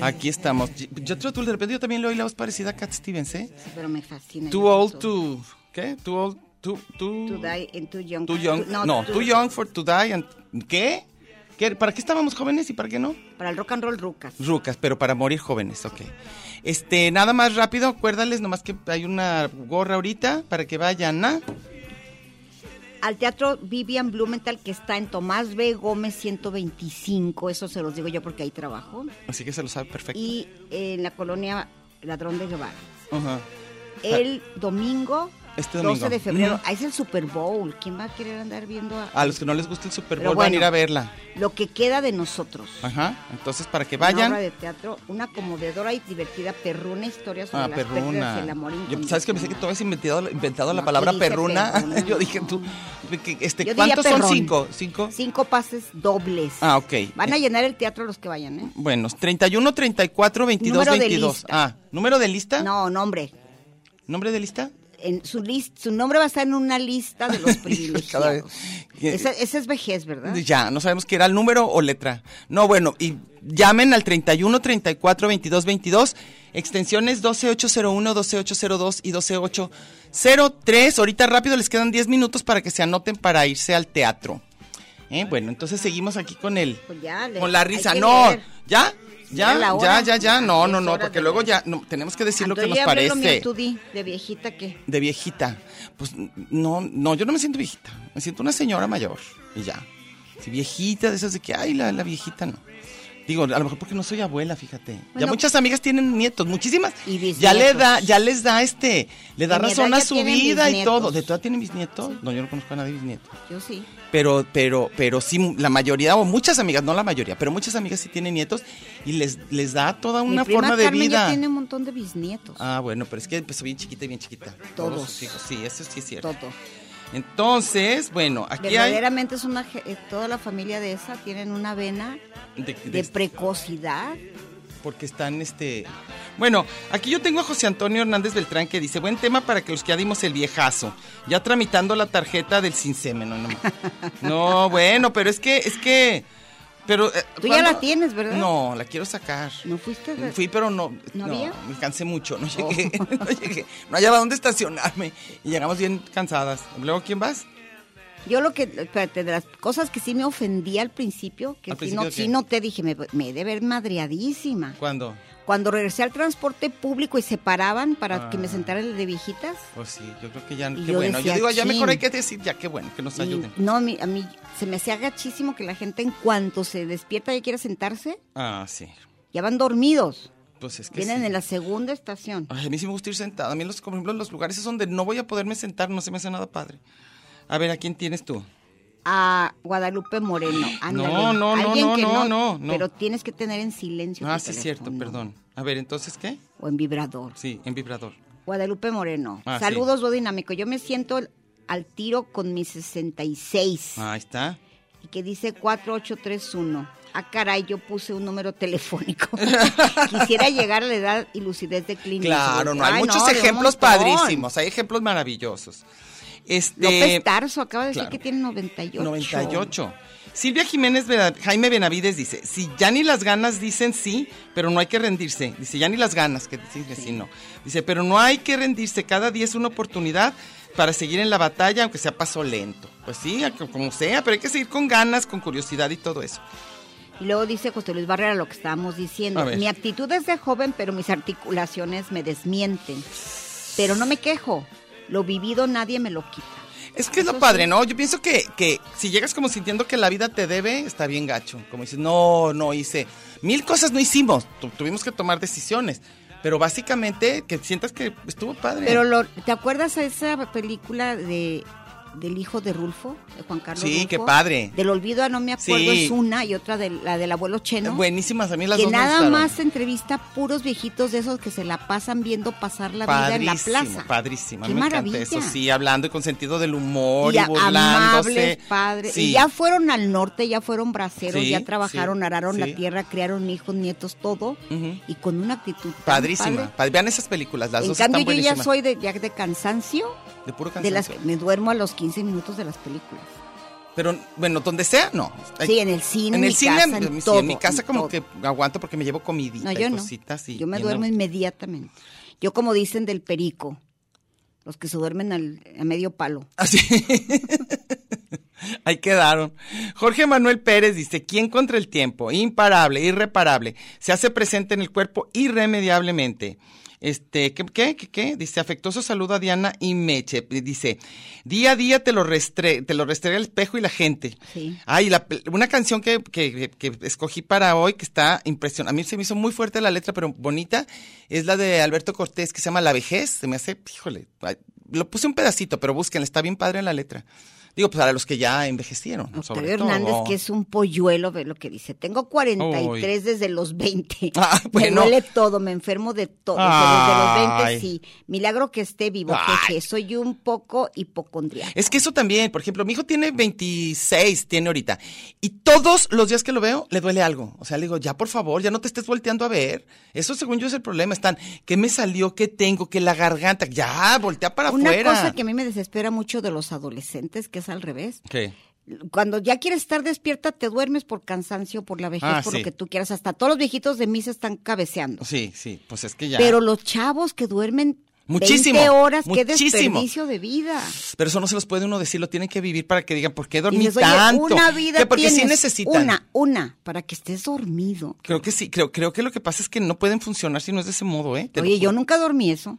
Speaker 4: Aquí estamos. pues, Yo creo de repente yo también le oí la voz parecida a Cat Stevens, ¿eh?
Speaker 5: Pero me fascina.
Speaker 4: Too old to... ¿Qué? Too old... Too, too,
Speaker 5: To die and too young.
Speaker 4: too young... No, too young for to die and... ¿Qué? ¿Qué? ¿Para qué estábamos jóvenes y para qué no?
Speaker 5: Para el rock and roll rucas.
Speaker 4: Rucas, pero para morir jóvenes, ok. Este, nada más rápido, acuérdales nomás que hay una gorra ahorita para que vayan ¿ah? a...
Speaker 5: Al teatro Vivian Blumenthal que está en Tomás B. Gómez 125. Eso se los digo yo porque ahí trabajo.
Speaker 4: Así que se lo sabe perfecto.
Speaker 5: Y en la colonia Ladrón de Guevara.
Speaker 4: Ajá.
Speaker 5: El domingo,
Speaker 4: Este
Speaker 5: 12
Speaker 4: domingo.
Speaker 5: de febrero.
Speaker 4: Ujú.
Speaker 5: Ahí es el Super Bowl. ¿Quién va a querer andar viendo a-
Speaker 4: A los que no les gusta el Super
Speaker 5: Pero
Speaker 4: Bowl van a ir
Speaker 5: bueno.
Speaker 4: a verla.
Speaker 5: lo que queda de nosotros?
Speaker 4: Ajá. Entonces, para Ah, que
Speaker 5: Una
Speaker 4: vayan...
Speaker 5: obra de teatro, una acomodadora y divertida perruna historia sobre
Speaker 4: Ah,
Speaker 5: las pérdidas y
Speaker 4: perruna.
Speaker 5: el amor
Speaker 4: Yo, ¿Sabes que pensé que tú
Speaker 5: incondicional.
Speaker 4: habías inventado, inventado la
Speaker 5: No,
Speaker 4: palabra
Speaker 5: yo dije
Speaker 4: perruna?
Speaker 5: perruna,
Speaker 4: [laughs] Yo dije
Speaker 5: no.
Speaker 4: tú. que, Este,
Speaker 5: Yo diría
Speaker 4: ¿Cuántos son
Speaker 5: perrón.
Speaker 4: cinco? ¿Cinco?
Speaker 5: Cinco pases dobles.
Speaker 4: Ah, ok.
Speaker 5: Van a llenar el teatro los que vayan, ¿eh?
Speaker 4: Bueno, 31, 34, 22,
Speaker 5: Número de
Speaker 4: 22.
Speaker 5: lista.
Speaker 4: Ah, ¿número de lista?
Speaker 5: No, nombre.
Speaker 4: ¿Nombre de lista?
Speaker 5: En su, list, su nombre va a estar en una lista
Speaker 4: [laughs]
Speaker 5: de los
Speaker 4: Cada vez.
Speaker 5: privilegiados. Esa, esa es vejez, ¿verdad?
Speaker 4: Pues Ya, no sabemos qué era el número o letra. No, bueno, y llamen al 31 34 22 22, extensiones 12801, 12802 y 12803. Ahorita rápido les quedan 10 minutos para que se anoten para irse al teatro. Eh, bueno, entonces seguimos aquí con el
Speaker 5: Pues ya, le-
Speaker 4: con la
Speaker 5: hay
Speaker 4: risa.
Speaker 5: que
Speaker 4: No,
Speaker 5: leer.
Speaker 4: ya,
Speaker 5: Mira la
Speaker 4: ya,
Speaker 5: hora.
Speaker 4: ya, ya, ya. No,
Speaker 5: Tres
Speaker 4: no, no,
Speaker 5: horas
Speaker 4: porque
Speaker 5: de
Speaker 4: luego
Speaker 5: leer.
Speaker 4: ya no, tenemos que decir lo que
Speaker 5: Antonio,
Speaker 4: nos
Speaker 5: ya hablé lo mío,
Speaker 4: parece
Speaker 5: tú di, de viejita que.
Speaker 4: de viejita. Pues no, no, yo no me siento viejita. Me siento una señora mayor y ya. Si viejita, de esas de que, ay, la, la viejita no. Digo, a lo mejor porque no soy abuela, fíjate. ya
Speaker 5: Bueno.
Speaker 4: muchas amigas tienen nietos, muchísimas.
Speaker 5: Y bisnietos.
Speaker 4: ya le da, ya les da este, le da
Speaker 5: De mi
Speaker 4: razón
Speaker 5: edad
Speaker 4: a
Speaker 5: ya
Speaker 4: su
Speaker 5: tienen
Speaker 4: vida y
Speaker 5: bisnietos.
Speaker 4: todo. ¿De todas tienen bisnietos? No, yo no conozco a nadie bisnieto.
Speaker 5: Yo sí.
Speaker 4: Pero, pero, pero sí, la mayoría, o muchas amigas, no la mayoría, pero muchas amigas sí tienen nietos y les, les da toda
Speaker 5: Mi
Speaker 4: una
Speaker 5: prima
Speaker 4: forma de
Speaker 5: Carmen ya
Speaker 4: vida.
Speaker 5: tiene un montón de bisnietos.
Speaker 4: Ah, bueno, pero es que empezó bien chiquita y bien chiquita.
Speaker 5: Todos.
Speaker 4: sus hijos, sí, eso sí es cierto.
Speaker 5: Todo.
Speaker 4: Entonces, bueno, aquí hay...
Speaker 5: Verdaderamente es una. ge- eh, Toda la familia de esa tienen una vena
Speaker 4: de-
Speaker 5: de
Speaker 4: de-
Speaker 5: precocidad.
Speaker 4: porque están, este... Bueno, aquí yo tengo a José Antonio Hernández Beltrán que dice, buen tema para que los que ya dimos el viejazo, ya tramitando la tarjeta del sin semen, no, no,
Speaker 5: [laughs]
Speaker 4: no, bueno, pero es que, es que, pero... eh,
Speaker 5: Tú ya la
Speaker 4: ¿cuándo?
Speaker 5: tienes, ¿verdad?
Speaker 4: No, la quiero sacar.
Speaker 5: ¿No fuiste? de-
Speaker 4: Fui, pero no,
Speaker 5: ¿No
Speaker 4: no,
Speaker 5: había? Oh.
Speaker 4: me cansé mucho, no llegué, [laughs] no llegué, no hallaba dónde estacionarme y llegamos bien cansadas. Luego, ¿quién vas?
Speaker 5: Yo lo que, espérate, de las cosas que sí me ofendí al principio, que
Speaker 4: ¿Al
Speaker 5: sí,
Speaker 4: principio
Speaker 5: no,
Speaker 4: qué?
Speaker 5: sí noté, dije, me, me he de ver madreadísima.
Speaker 4: ¿Cuándo?
Speaker 5: Cuando regresé al transporte público y se paraban para
Speaker 4: Ah.
Speaker 5: que me sentara el de viejitas.
Speaker 4: Pues sí, yo creo que ya,
Speaker 5: Y
Speaker 4: qué
Speaker 5: yo
Speaker 4: bueno. Yo
Speaker 5: decía,
Speaker 4: digo, ya mejor
Speaker 5: "Chin".
Speaker 4: hay que decir, ya qué bueno, que nos
Speaker 5: Y
Speaker 4: ayuden.
Speaker 5: no, a mí, a mí se me hacía gachísimo que la gente en cuanto se despierta y quiere sentarse,
Speaker 4: Ah, sí.
Speaker 5: ya van dormidos.
Speaker 4: Pues es que
Speaker 5: Vienen
Speaker 4: sí.
Speaker 5: en la segunda estación.
Speaker 4: Ay, a mí sí me gusta ir sentada. A mí, los, por ejemplo, los lugares es donde no voy a poderme sentar, no se me hace nada padre. A ver, ¿a quién tienes tú?
Speaker 5: A Guadalupe Moreno. ándale.
Speaker 4: No, no, no,
Speaker 5: Alguien
Speaker 4: no,
Speaker 5: que
Speaker 4: no, no, no.
Speaker 5: Pero tienes que tener en silencio.
Speaker 4: Ah,
Speaker 5: tu
Speaker 4: sí, cierto,
Speaker 5: teléfono.
Speaker 4: perdón. A ver, entonces, ¿qué?
Speaker 5: O en vibrador.
Speaker 4: Sí, en vibrador.
Speaker 5: Guadalupe Moreno.
Speaker 4: Ah, sí.
Speaker 5: Saludos, Bo Dinámico. Yo me siento al- al tiro con mi 66.
Speaker 4: Ah, ahí está.
Speaker 5: Y que dice 4831. Ah, caray, yo puse un número
Speaker 4: [laughs]
Speaker 5: telefónico. Quisiera llegar a la edad y lucidez de clínica.
Speaker 4: Claro, no, hay
Speaker 5: Ay,
Speaker 4: muchos
Speaker 5: de un
Speaker 4: ejemplos
Speaker 5: montón.
Speaker 4: padrísimos, hay ejemplos maravillosos. Este,
Speaker 5: López Tarso acaba de
Speaker 4: claro.
Speaker 5: decir que tiene 98.
Speaker 4: 98. Silvia Jiménez Bena- Jaime Benavides dice, si ya ni las ganas dicen sí, pero no hay que rendirse. Dice, ya ni las ganas que dicen que sí, no. Dice, pero no hay que rendirse, cada día es una oportunidad para seguir en la batalla, aunque sea paso lento. Pues sí, a- como sea, pero hay que seguir con ganas, con curiosidad y todo eso.
Speaker 5: Y luego dice José Luis Barrera lo que estábamos
Speaker 4: A
Speaker 5: diciendo.
Speaker 4: ver.
Speaker 5: Mi actitud es de joven, pero mis articulaciones me desmienten. Pero no me quejo. Lo vivido nadie me lo quita.
Speaker 4: Es que es lo
Speaker 5: Eso
Speaker 4: padre,
Speaker 5: sí.
Speaker 4: ¿no? Yo pienso que, que si llegas como sintiendo que la vida te debe, está bien gacho. Como dices, no, no hice. Mil cosas no hicimos. tu- tuvimos que tomar decisiones. Pero básicamente que sientas que estuvo padre.
Speaker 5: Pero lo- ¿te acuerdas a esa película de del hijo de Rulfo, de Juan Carlos
Speaker 4: Sí,
Speaker 5: Rulfo?
Speaker 4: qué padre.
Speaker 5: Del olvido a no me acuerdo
Speaker 4: Sí.
Speaker 5: es una y otra de la del abuelo Cheno.
Speaker 4: Buenísimas, a mí las
Speaker 5: que
Speaker 4: dos me
Speaker 5: nada
Speaker 4: gustaron.
Speaker 5: más se entrevista a puros viejitos de esos que se la pasan viendo pasar la vida en la plaza.
Speaker 4: Padrísimo, a
Speaker 5: Qué
Speaker 4: mí me
Speaker 5: maravilla.
Speaker 4: encanta eso. Sí, hablando y con sentido del humor y,
Speaker 5: Y a-
Speaker 4: burlándose.
Speaker 5: amables padres.
Speaker 4: Sí.
Speaker 5: Y ya fueron al norte, ya fueron braceros,
Speaker 4: Sí,
Speaker 5: ya trabajaron,
Speaker 4: sí,
Speaker 5: araron
Speaker 4: sí.
Speaker 5: la tierra, criaron hijos, nietos, todo.
Speaker 4: Ujú.
Speaker 5: Y con una actitud tan
Speaker 4: Padrísima.
Speaker 5: padre.
Speaker 4: pa- Vean esas películas, las
Speaker 5: en
Speaker 4: dos
Speaker 5: cambio,
Speaker 4: están
Speaker 5: yo ya
Speaker 4: buenísimas.
Speaker 5: soy de, ya de cansancio,
Speaker 4: de puro
Speaker 5: de las que
Speaker 4: cansancio.
Speaker 5: me duermo a los 15 minutos de las películas.
Speaker 4: Pero bueno, donde sea, no. Hay-
Speaker 5: sí, en el cine,
Speaker 4: en el
Speaker 5: mi
Speaker 4: cine, pues,
Speaker 5: casa,
Speaker 4: en,
Speaker 5: en
Speaker 4: sí,
Speaker 5: todo,
Speaker 4: en mi casa
Speaker 5: en
Speaker 4: como
Speaker 5: todo.
Speaker 4: que aguanto porque me llevo comidita
Speaker 5: No,
Speaker 4: y
Speaker 5: yo no.
Speaker 4: cositas. y-
Speaker 5: yo me
Speaker 4: y no-
Speaker 5: duermo inmediatamente. Yo como dicen del perico, los que se duermen al, a medio palo.
Speaker 4: Así. Ahí quedaron. Jorge Manuel Pérez dice, ¿quién contra el tiempo? Imparable, irreparable. Se hace presente en el cuerpo irremediablemente. Este, ¿qué, qué, qué, qué? Dice, afectuoso saludo a Diana y Meche. Dice, día a día te lo, restre, te lo restrega el espejo y la gente.
Speaker 5: Sí.
Speaker 4: Ay, la pel- una canción que, que- que escogí para hoy que está impresionante. A mí se me hizo muy fuerte la letra, pero bonita. Es la de Alberto Cortés que se llama La Vejez. Se me hace, híjole, ay, lo puse un pedacito, pero búsquenla, está bien padre la letra. Digo, pues para los que ya envejecieron, sobre
Speaker 5: Octavio Hernández,
Speaker 4: todo.
Speaker 5: que es un polluelo, ve lo que dice. Tengo 43 desde los 20.
Speaker 4: [laughs] Ah, bueno.
Speaker 5: Me duele todo, me enfermo de todo. Desde los
Speaker 4: Ay.
Speaker 5: 20, sí. Milagro que esté vivo,
Speaker 4: Ay.
Speaker 5: jeje. Soy un poco hipocondriaco.
Speaker 4: Es que eso también, por ejemplo, mi hijo tiene 26, tiene ahorita, y todos los días que lo veo le duele algo. O sea, le digo, ya por favor, ya no te estés volteando a ver. Eso según yo es el problema. Están, ¿qué me salió? ¿Qué tengo? ¿Qué la garganta? Ya, voltea para
Speaker 5: Una
Speaker 4: afuera.
Speaker 5: cosa que a mí me desespera mucho de los adolescentes, que es al revés.
Speaker 4: ¿Qué?
Speaker 5: Cuando ya quieres estar despierta, te duermes por cansancio, por la vejez,
Speaker 4: Ah,
Speaker 5: por
Speaker 4: sí.
Speaker 5: lo que tú quieras. Hasta todos los viejitos de mí se están cabeceando.
Speaker 4: Sí, sí, pues es que ya.
Speaker 5: Pero los chavos que duermen
Speaker 4: Muchísimo,
Speaker 5: 20 horas, qué
Speaker 4: muchísimo.
Speaker 5: desperdicio de vida.
Speaker 4: Pero eso no se los puede uno decir, lo tienen que vivir para que digan, ¿por qué dormí
Speaker 5: Y dices, "Oye,
Speaker 4: tanto?
Speaker 5: Una vida
Speaker 4: Que porque sí
Speaker 5: tienes,
Speaker 4: necesitan.
Speaker 5: Una, una, para que estés dormido.
Speaker 4: Creo que sí, creo, creo que lo que pasa es que no pueden funcionar si no es de ese modo, ¿eh? Te lo
Speaker 5: Oye, yo
Speaker 4: juro.
Speaker 5: nunca dormí eso.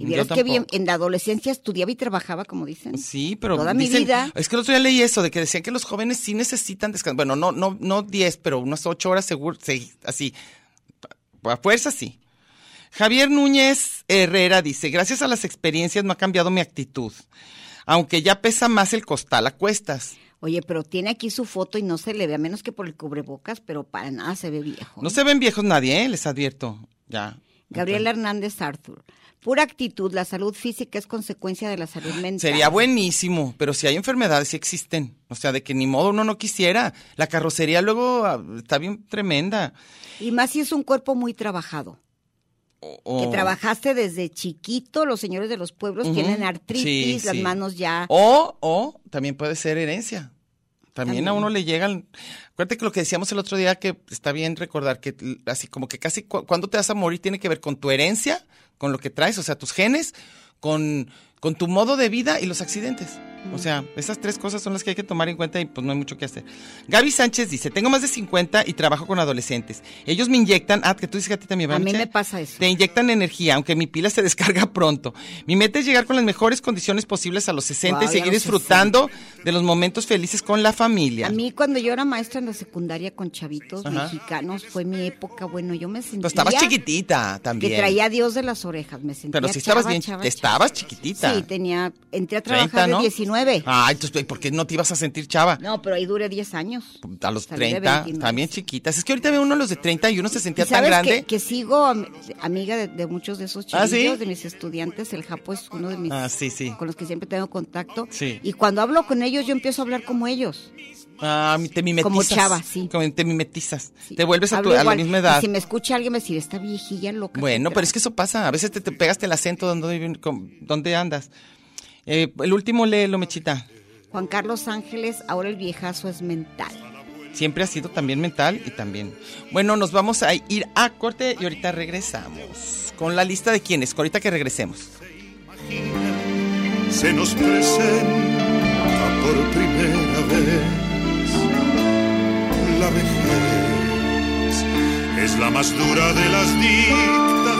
Speaker 5: Y
Speaker 4: Yo
Speaker 5: vieras que bien,
Speaker 4: tampoco.
Speaker 5: en la adolescencia estudiaba y trabajaba, como dicen.
Speaker 4: Sí, pero
Speaker 5: Toda mi
Speaker 4: dicen-
Speaker 5: vida.
Speaker 4: Es que el otro día leí eso, de que decían que los jóvenes sí necesitan descansar. Bueno, no, no, no 10, pero unas 8 horas seguro, sí, así. A fuerza sí. Javier Núñez Herrera dice, gracias a las experiencias no ha cambiado mi actitud. Aunque ya pesa más el costal a cuestas.
Speaker 5: Oye, pero tiene aquí su foto y no se le ve, a menos que por el cubrebocas, pero para nada se ve viejo.
Speaker 4: No se ven viejos nadie, ¿eh? les advierto. Ya.
Speaker 5: Gabriela Hernández Arthur. Pura actitud, la salud física es consecuencia de la salud mental.
Speaker 4: Ah, Sería buenísimo, pero si hay enfermedades, sí existen. O sea, de que ni modo uno no quisiera. La carrocería luego ah, está bien tremenda.
Speaker 5: Y más si es un cuerpo muy trabajado.
Speaker 4: O-
Speaker 5: Que
Speaker 4: o-
Speaker 5: trabajaste desde chiquito, los señores de los pueblos
Speaker 4: Oh. Ujú.
Speaker 5: tienen artritis,
Speaker 4: Sí,
Speaker 5: las
Speaker 4: sí.
Speaker 5: manos ya...
Speaker 4: O, o también puede ser herencia. También, a
Speaker 5: También.
Speaker 4: uno le llegan. Acuérdate que lo que decíamos el otro día, que está bien recordar que l- así como que casi cu- cuando te vas a morir tiene que ver con tu herencia, con lo que traes, o sea, tus genes, con, con tu modo de vida y los accidentes. O sea, esas tres cosas son las que hay que tomar en cuenta y pues no hay mucho que hacer. Gaby Sánchez dice, tengo más de 50 y trabajo con adolescentes. Ellos me inyectan, ah, que tú dices que a ti también
Speaker 5: A mí
Speaker 4: Michelle?
Speaker 5: me pasa eso.
Speaker 4: Te inyectan energía, aunque mi pila se descarga pronto. Mi meta es llegar con las mejores condiciones posibles a los 60 y
Speaker 5: Guau, ya
Speaker 4: seguir
Speaker 5: los
Speaker 4: disfrutando de los momentos felices con la familia.
Speaker 5: A mí cuando yo era maestra en la secundaria con chavitos
Speaker 4: Ajá.
Speaker 5: mexicanos fue mi época, bueno, yo me sentía
Speaker 4: Pero estabas chiquitita
Speaker 5: que
Speaker 4: también.
Speaker 5: traía a Dios de las orejas, me sentía
Speaker 4: Pero si estabas
Speaker 5: chava,
Speaker 4: bien,
Speaker 5: chava,
Speaker 4: te
Speaker 5: chava.
Speaker 4: estabas chiquitita.
Speaker 5: Sí, tenía entré a
Speaker 4: 30,
Speaker 5: trabajar de 19.
Speaker 4: Ay, entonces, ¿por qué no te ibas a sentir chava?
Speaker 5: No, pero ahí duré 10 años.
Speaker 4: A los
Speaker 5: Salí de
Speaker 4: 30,
Speaker 5: 29.
Speaker 4: también chiquitas. Es que ahorita ve uno a los de 30 y uno se
Speaker 5: ¿Y
Speaker 4: sentía tan
Speaker 5: sabes
Speaker 4: grande.
Speaker 5: Que, que sigo am- amiga de, de muchos de esos
Speaker 4: ¿Ah,
Speaker 5: chiquillos,
Speaker 4: sí?
Speaker 5: de mis estudiantes. El Japo es uno de mis.
Speaker 4: Ah, sí, sí.
Speaker 5: Con los que siempre tengo contacto.
Speaker 4: Sí.
Speaker 5: Y cuando hablo con ellos, yo empiezo a hablar como ellos.
Speaker 4: Ah, te mimetizas.
Speaker 5: Como chava, sí.
Speaker 4: Como te mimetizas.
Speaker 5: Sí.
Speaker 4: Te vuelves a,
Speaker 5: Hablo
Speaker 4: tu- a la
Speaker 5: igual.
Speaker 4: misma
Speaker 5: Y
Speaker 4: edad.
Speaker 5: si me escucha alguien, me dice, esta viejilla loca.
Speaker 4: Bueno,
Speaker 5: que
Speaker 4: pero es que eso pasa. A veces te, te pegaste el acento donde, vive- con- donde andas. Eh, el último léelo, Mechita.
Speaker 5: trae". Juan Carlos Ángeles, ahora el viejazo es mental.
Speaker 4: Siempre ha sido también mental y también. Bueno, nos vamos a ir a corte y ahorita regresamos. Con la lista de quienes, ahorita que regresemos.
Speaker 8: se nos presenta por primera vez. La vejez es la más dura de las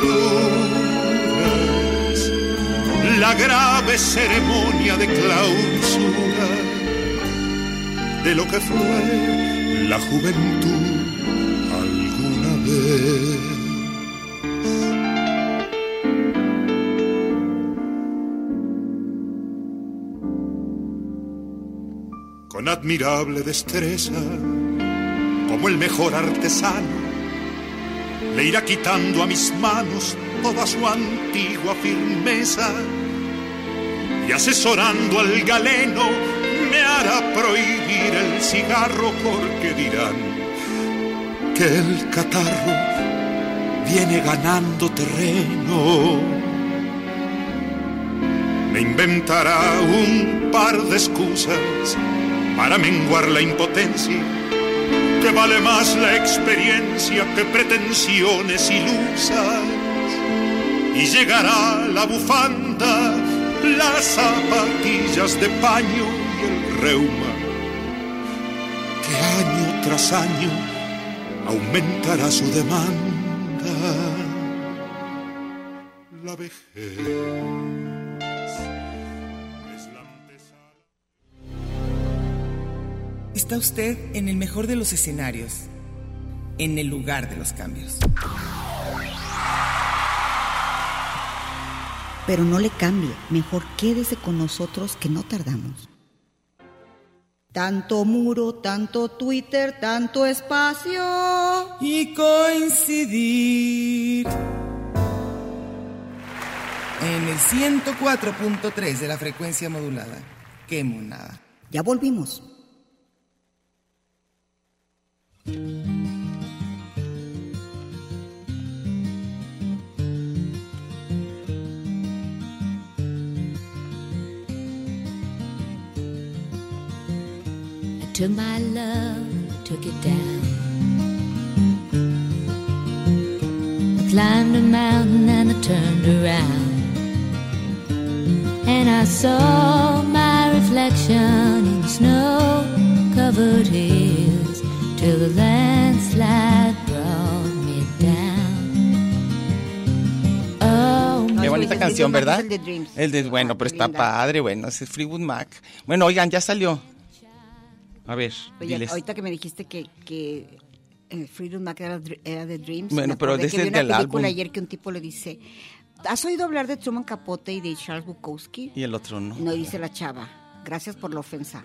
Speaker 8: dictaduras, la grave ceremonia de clausura de lo que fue la juventud alguna vez. con admirable destreza, como el mejor artesano, le irá quitando a mis manos toda su antigua firmeza y asesorando al galeno me hará prohibir el cigarro porque dirán que el catarro viene ganando terreno me inventará un par de excusas para menguar la impotencia, que vale más la experiencia que pretensiones ilusas. Y llegará la bufanda, las zapatillas de paño y el reuma, que año tras año aumentará su demanda. La vejez.
Speaker 7: Está usted en el mejor de los escenarios, en el lugar de los cambios.
Speaker 2: Pero no le cambie, mejor quédese con nosotros que no tardamos. Tanto muro, tanto Twitter, tanto espacio.
Speaker 7: Y coincidir en el 104.3 de la frecuencia modulada. Qué monada.
Speaker 2: Ya volvimos.
Speaker 9: I took my love, took it down. I climbed a mountain and I turned around. And I saw my reflection in snow covered hills till the landslide brought me down. Oh,
Speaker 4: Qué
Speaker 9: my
Speaker 5: Ay, pues,
Speaker 4: bonita
Speaker 5: el de
Speaker 4: canción,
Speaker 5: Dreams Mac
Speaker 4: ¿verdad?
Speaker 5: es el de Dreams.
Speaker 4: El de- bueno,
Speaker 5: Ah,
Speaker 4: pero
Speaker 5: qué
Speaker 4: está
Speaker 5: linda.
Speaker 4: padre, bueno, es el Freewood Mac. Bueno, oigan, ya salió. A ver,
Speaker 5: Oye,
Speaker 4: diles.
Speaker 5: Pues ahorita que me dijiste que, que eh, Freedom Mac era, dr- era de Dreams.
Speaker 4: Bueno,
Speaker 5: me
Speaker 4: pero
Speaker 5: acordé
Speaker 4: desde
Speaker 5: que vi
Speaker 4: el
Speaker 5: una
Speaker 4: del
Speaker 5: película
Speaker 4: álbum.
Speaker 5: ayer que un tipo le dice, ¿has oído hablar de Truman Capote y de Charles Bukowski?
Speaker 4: Y el otro no.
Speaker 5: No dice la chava. Gracias por la ofensa.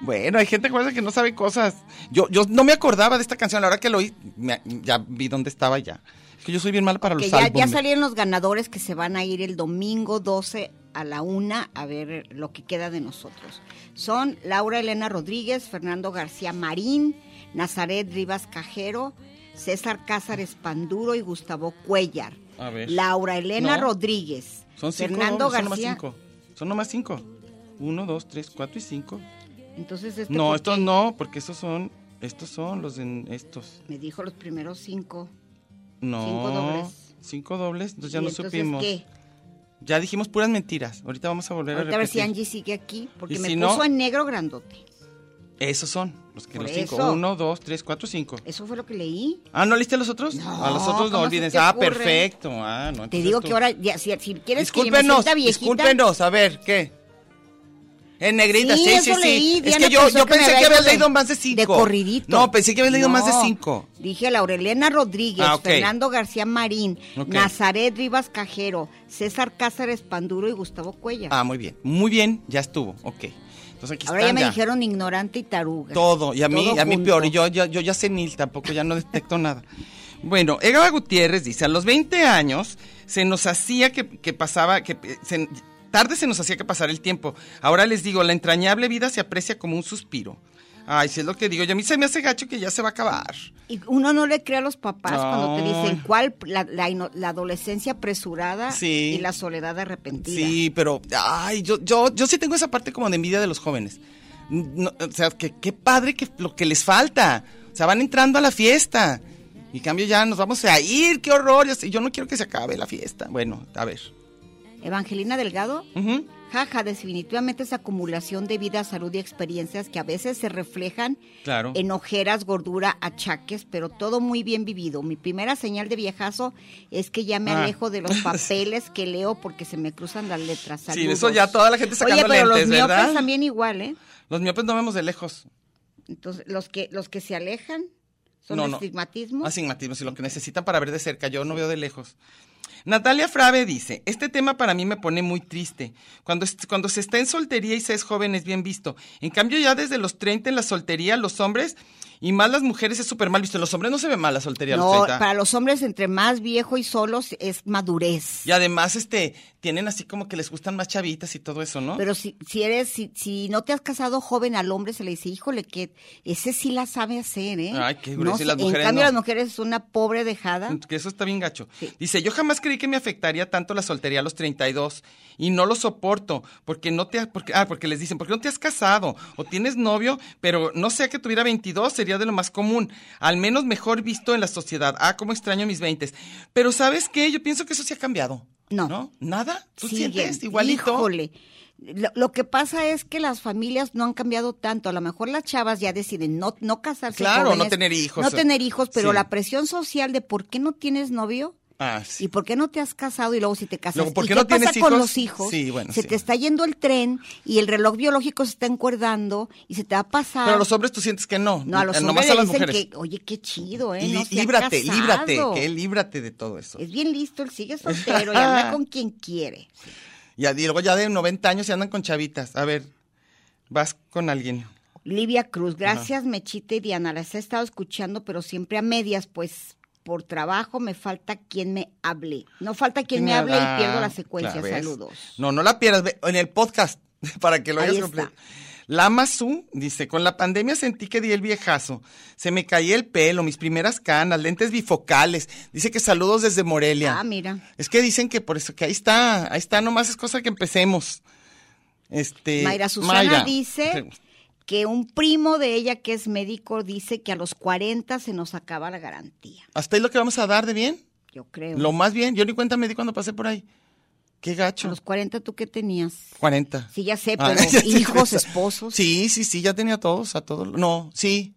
Speaker 4: bueno, hay gente acuérdate, que no sabe cosas. Yo, yo no me acordaba de esta canción, ahora que lo oí, me- ya vi dónde estaba ya. Es que yo soy bien mal para
Speaker 5: Que
Speaker 4: los
Speaker 5: ya, ya
Speaker 4: álbumes.
Speaker 5: salieron los ganadores que se van a ir el domingo 12 a la una a ver lo que queda de nosotros. Son Laura Elena Rodríguez, Fernando García Marín, Nazaret Rivas Cajero, César Cázares Panduro y Gustavo Cuellar.
Speaker 4: A ver.
Speaker 5: Laura Elena
Speaker 4: No.
Speaker 5: Rodríguez.
Speaker 4: Son cinco,
Speaker 5: Fernando
Speaker 4: ¿no? son nomás
Speaker 5: García.
Speaker 4: cinco. Son nomás cinco. Uno, dos, tres, cuatro y cinco.
Speaker 5: Entonces este
Speaker 4: No,
Speaker 5: porque
Speaker 4: estos no, porque estos son, estos son los de estos.
Speaker 5: me dijo los primeros cinco.
Speaker 4: No.
Speaker 5: Cinco dobles.
Speaker 4: Cinco dobles, entonces Pues ya
Speaker 5: Y
Speaker 4: no
Speaker 5: entonces,
Speaker 4: supimos.
Speaker 5: ¿qué?
Speaker 4: Ya dijimos puras mentiras. Ahorita vamos a volver
Speaker 5: Ahorita
Speaker 4: a
Speaker 5: a ver si
Speaker 4: repetir.
Speaker 5: Angie sigue aquí, porque
Speaker 4: Y
Speaker 5: me
Speaker 4: si no-
Speaker 5: puso en negro grandote.
Speaker 4: Esos son los que
Speaker 5: Por
Speaker 4: los cinco.
Speaker 5: eso.
Speaker 4: Uno, dos, tres, cuatro, cinco.
Speaker 5: Eso fue lo que leí.
Speaker 4: Ah, ¿no leíste los otros?
Speaker 5: No,
Speaker 4: a los otros no
Speaker 5: ¿cómo se
Speaker 4: olvides.
Speaker 5: te
Speaker 4: Ah,
Speaker 5: ocurre?
Speaker 4: perfecto. Ah, no.
Speaker 5: Te
Speaker 4: entonces
Speaker 5: digo
Speaker 4: tú.
Speaker 5: que ahora, ya, si, si quieres que yo me
Speaker 4: Discúlpenos,
Speaker 5: sienta viejita-
Speaker 4: discúlpenos, a ver, ¿qué? En negrita,
Speaker 5: Sí,
Speaker 4: sí, sí, sí.
Speaker 5: eso leí,
Speaker 4: es
Speaker 5: Diana
Speaker 4: que yo,
Speaker 5: pensó
Speaker 4: yo
Speaker 5: que me
Speaker 4: pensé
Speaker 5: había
Speaker 4: que
Speaker 5: ido
Speaker 4: habías
Speaker 5: de-
Speaker 4: leído más de cinco.
Speaker 5: De corridito.
Speaker 4: No, pensé que habías leído más de
Speaker 5: No,
Speaker 4: cinco.
Speaker 5: Dije Laurelena Rodríguez,
Speaker 4: Ah, ok.
Speaker 5: Fernando García Marín,
Speaker 4: Ok.
Speaker 5: Nazaret Rivas Cajero, César Cáceres Panduro y Gustavo Cuellar.
Speaker 4: Ah, muy bien, muy bien, ya estuvo, ok. Entonces aquí
Speaker 5: Ahora ya
Speaker 4: están
Speaker 5: me dijeron ignorante y taruga.
Speaker 4: Todo, y a mí,
Speaker 5: Todo
Speaker 4: a mí
Speaker 5: junto.
Speaker 4: peor, y yo, yo, yo ya senil tampoco, ya no detecto nada. Bueno, Eva Gutiérrez dice, a los 20 años se nos hacía que, que pasaba, que eh, se- tarde se nos hacía que pasara el tiempo. Ahora les digo, la entrañable vida se aprecia como un suspiro. Ay, si es lo que digo, y a mí se me hace gacho que ya se va a acabar.
Speaker 5: Y uno no le cree a los papás
Speaker 4: No.
Speaker 5: cuando te dicen cuál, la, la ino- la adolescencia apresurada
Speaker 4: Sí.
Speaker 5: y la soledad arrepentida.
Speaker 4: Sí, pero, ay, yo, yo, yo sí tengo esa parte como de envidia de los jóvenes. No, o sea, que qué padre que lo que les falta. O sea, van entrando a la fiesta. Y en cambio ya nos vamos a ir, qué horror. Yo, sé- yo no quiero que se acabe la fiesta. Bueno, a ver.
Speaker 5: Evangelina Delgado,
Speaker 4: Ujú.
Speaker 5: jaja, definitivamente es acumulación de vida, salud y experiencias que a veces se reflejan
Speaker 4: Claro.
Speaker 5: en ojeras, gordura, achaques, pero todo muy bien vivido. Mi primera señal de viejazo es que ya me
Speaker 4: Ah.
Speaker 5: alejo de
Speaker 4: [laughs]
Speaker 5: los papeles que leo porque se me cruzan las letras.
Speaker 4: Sí,
Speaker 5: Saludos.
Speaker 4: eso ya toda la gente sacando
Speaker 5: Oye, pero
Speaker 4: lentes,
Speaker 5: los
Speaker 4: ¿verdad?
Speaker 5: miopes también igual, ¿eh?
Speaker 4: Los miopes no vemos de lejos.
Speaker 5: Entonces, los que, los que se alejan son
Speaker 4: No, no.
Speaker 5: estigmatismo.
Speaker 4: Astigmatismo, sí, lo que necesitan para ver de cerca. Yo no veo de lejos. Natalia Frave dice, este tema para mí me pone muy triste. Cuando, es- cuando se está en soltería y se es joven es bien visto. En cambio ya desde los 30 en la soltería los hombres y más las mujeres es súper mal visto. Los hombres no se ve mal la soltería a los
Speaker 5: No,
Speaker 4: 30.
Speaker 5: para los hombres entre más viejo y solos es madurez.
Speaker 4: Y además este tienen así como que les gustan más chavitas y todo eso, ¿no?
Speaker 5: Pero si, si eres, si, si no te has casado joven al hombre, se le dice, híjole, que ese sí la sabe hacer, ¿eh?
Speaker 4: Ay, qué
Speaker 5: no,
Speaker 4: grueso, y
Speaker 5: sé,
Speaker 4: las
Speaker 5: En
Speaker 4: mujeres
Speaker 5: cambio,
Speaker 4: no.
Speaker 5: las mujeres es una pobre dejada.
Speaker 4: Que eso está bien gacho.
Speaker 5: Sí.
Speaker 4: Dice, yo jamás creí que me afectaría tanto la soltería a los 32 y no lo soporto porque no te ha- porque ah, porque les dicen, "¿Por qué no te has casado o tienes novio?", pero no sea que tuviera 22 sería de lo más común, al menos mejor visto en la sociedad. Ah, cómo extraño mis 20. Pero ¿sabes qué? Yo pienso que eso se ha cambiado.
Speaker 5: No.
Speaker 4: ¿Nada? ¿Tú
Speaker 5: Siguen.
Speaker 4: sientes igualito?
Speaker 5: Híjole. Lo, lo que pasa es que las familias no han cambiado tanto. A lo mejor las chavas ya deciden no, no casarse.
Speaker 4: Claro,
Speaker 5: jóvenes,
Speaker 4: no tener hijos.
Speaker 5: No tener hijos, pero
Speaker 4: Sí.
Speaker 5: la presión social de por qué no tienes novio
Speaker 4: Ah, sí.
Speaker 5: ¿Y por qué no te has casado y luego si te casas?
Speaker 4: Luego, ¿por
Speaker 5: ¿Y
Speaker 4: qué no
Speaker 5: pasa
Speaker 4: tienes
Speaker 5: con
Speaker 4: hijos?
Speaker 5: los hijos?
Speaker 4: Sí, bueno,
Speaker 5: se
Speaker 4: sí.
Speaker 5: te está yendo el tren y el reloj biológico se está encuerdando y se te va a pasar.
Speaker 4: Pero a los hombres tú sientes que no.
Speaker 5: no, a los
Speaker 4: eh,
Speaker 5: hombres
Speaker 4: nomás
Speaker 5: le
Speaker 4: a las
Speaker 5: dicen
Speaker 4: mujeres.
Speaker 5: que, oye, qué chido, ¿eh?
Speaker 4: Y
Speaker 5: No se ha
Speaker 4: líbrate,
Speaker 5: casado.
Speaker 4: líbrate, que líbrate de todo eso.
Speaker 5: Es bien listo, él
Speaker 4: [laughs]
Speaker 5: sigue soltero y anda con quien quiere.
Speaker 4: Y, a- y luego ya de 90 años se andan con chavitas. A ver, vas con alguien.
Speaker 5: Livia Cruz, gracias Mechita y Diana, las he estado escuchando, pero siempre a medias, pues por trabajo me falta quien me hable. No falta quien me hable y
Speaker 4: Nada.
Speaker 5: pierdo la secuencia.
Speaker 4: Ah, Claro, ¿ves?
Speaker 5: Saludos.
Speaker 4: No, no la pierdas. ve, En el podcast, [laughs] para que lo
Speaker 5: Ahí
Speaker 4: hayas
Speaker 5: está.
Speaker 4: completo. Lama Su dice, con la pandemia sentí que di el viejazo. Se me caía el pelo, mis primeras canas, lentes bifocales. Dice que saludos desde Morelia.
Speaker 5: Ah, mira.
Speaker 4: Es que dicen que por eso, que ahí está, ahí está, nomás es cosa que empecemos. Este,
Speaker 5: Mayra Susana
Speaker 4: Mayra.
Speaker 5: dice que un primo de ella que es médico dice que a los 40 se nos acaba la garantía.
Speaker 4: ¿Hasta ahí lo que vamos a dar de bien?
Speaker 5: Yo creo.
Speaker 4: Lo más bien, yo ni cuenta me di cuando pasé por ahí. Qué
Speaker 5: a
Speaker 4: gacho.
Speaker 5: los 40 tú qué tenías?
Speaker 4: 40.
Speaker 5: Sí, ya sé,
Speaker 4: Ah,
Speaker 5: pero
Speaker 4: [laughs] ya sé,
Speaker 5: hijos,
Speaker 4: esa.
Speaker 5: esposos.
Speaker 4: Sí, sí, sí, ya tenía a todos, a todos. No, sí.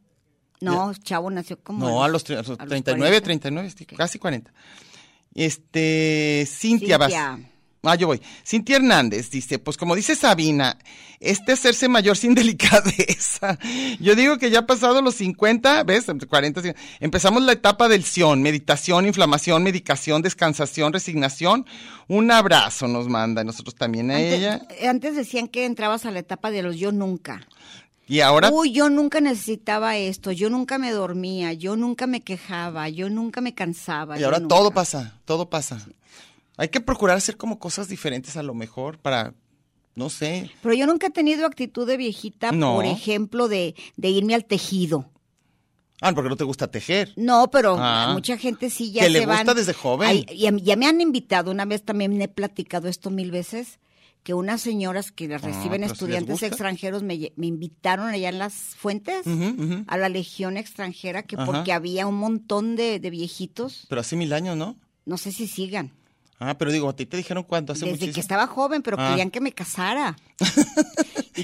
Speaker 5: No, chavo nació como
Speaker 4: No, a los, tre- a los
Speaker 5: a los
Speaker 4: 39,
Speaker 5: 40.
Speaker 4: 39, sí, casi 40. Este, Cintia, vas.
Speaker 5: Cintia.
Speaker 4: Ah, yo voy. Cintia Hernández dice, pues como dice Sabina, este hacerse mayor sin [laughs] delicadeza. Yo digo que ya pasado los 50, ¿ves? Entre 40, 50, empezamos la etapa del Sion, meditación, inflamación, medicación, descansación, resignación. Un abrazo nos manda, nosotros también a ella.
Speaker 5: Antes, antes decían que entrabas a la etapa de los yo nunca.
Speaker 4: Y ahora
Speaker 5: Uy, yo nunca necesitaba esto, yo nunca me dormía, yo nunca me quejaba, yo nunca me cansaba.
Speaker 4: Y
Speaker 5: yo
Speaker 4: ahora
Speaker 5: nunca.
Speaker 4: todo pasa, todo pasa. Hay que procurar hacer como cosas diferentes a lo mejor para, no sé.
Speaker 5: Pero yo nunca he tenido actitud de viejita,
Speaker 4: No.
Speaker 5: por ejemplo, de, de irme al tejido.
Speaker 4: Ah, porque no te gusta tejer.
Speaker 5: No, pero
Speaker 4: Ah.
Speaker 5: mucha gente sí ya
Speaker 4: Que
Speaker 5: se
Speaker 4: le
Speaker 5: van.
Speaker 4: gusta desde joven.
Speaker 5: Ay, y a mí- ya me han invitado, una vez también he platicado esto mil veces, que unas señoras que las
Speaker 4: Ah,
Speaker 5: reciben
Speaker 4: pero si les
Speaker 5: estudiantes
Speaker 4: gusta.
Speaker 5: extranjeros me, lle- me invitaron allá en las fuentes
Speaker 4: Ujú, ujú.
Speaker 5: a la legión extranjera, que
Speaker 4: Ajá.
Speaker 5: porque había un montón de, de viejitos,
Speaker 4: Pero hace mil años, ¿no?
Speaker 5: no sé si sigan.
Speaker 4: Ah, pero digo, a ti te dijeron cuánto hace
Speaker 5: Desde que
Speaker 4: muchísimo.
Speaker 5: estaba joven, pero
Speaker 4: Ah.
Speaker 5: querían que me casara.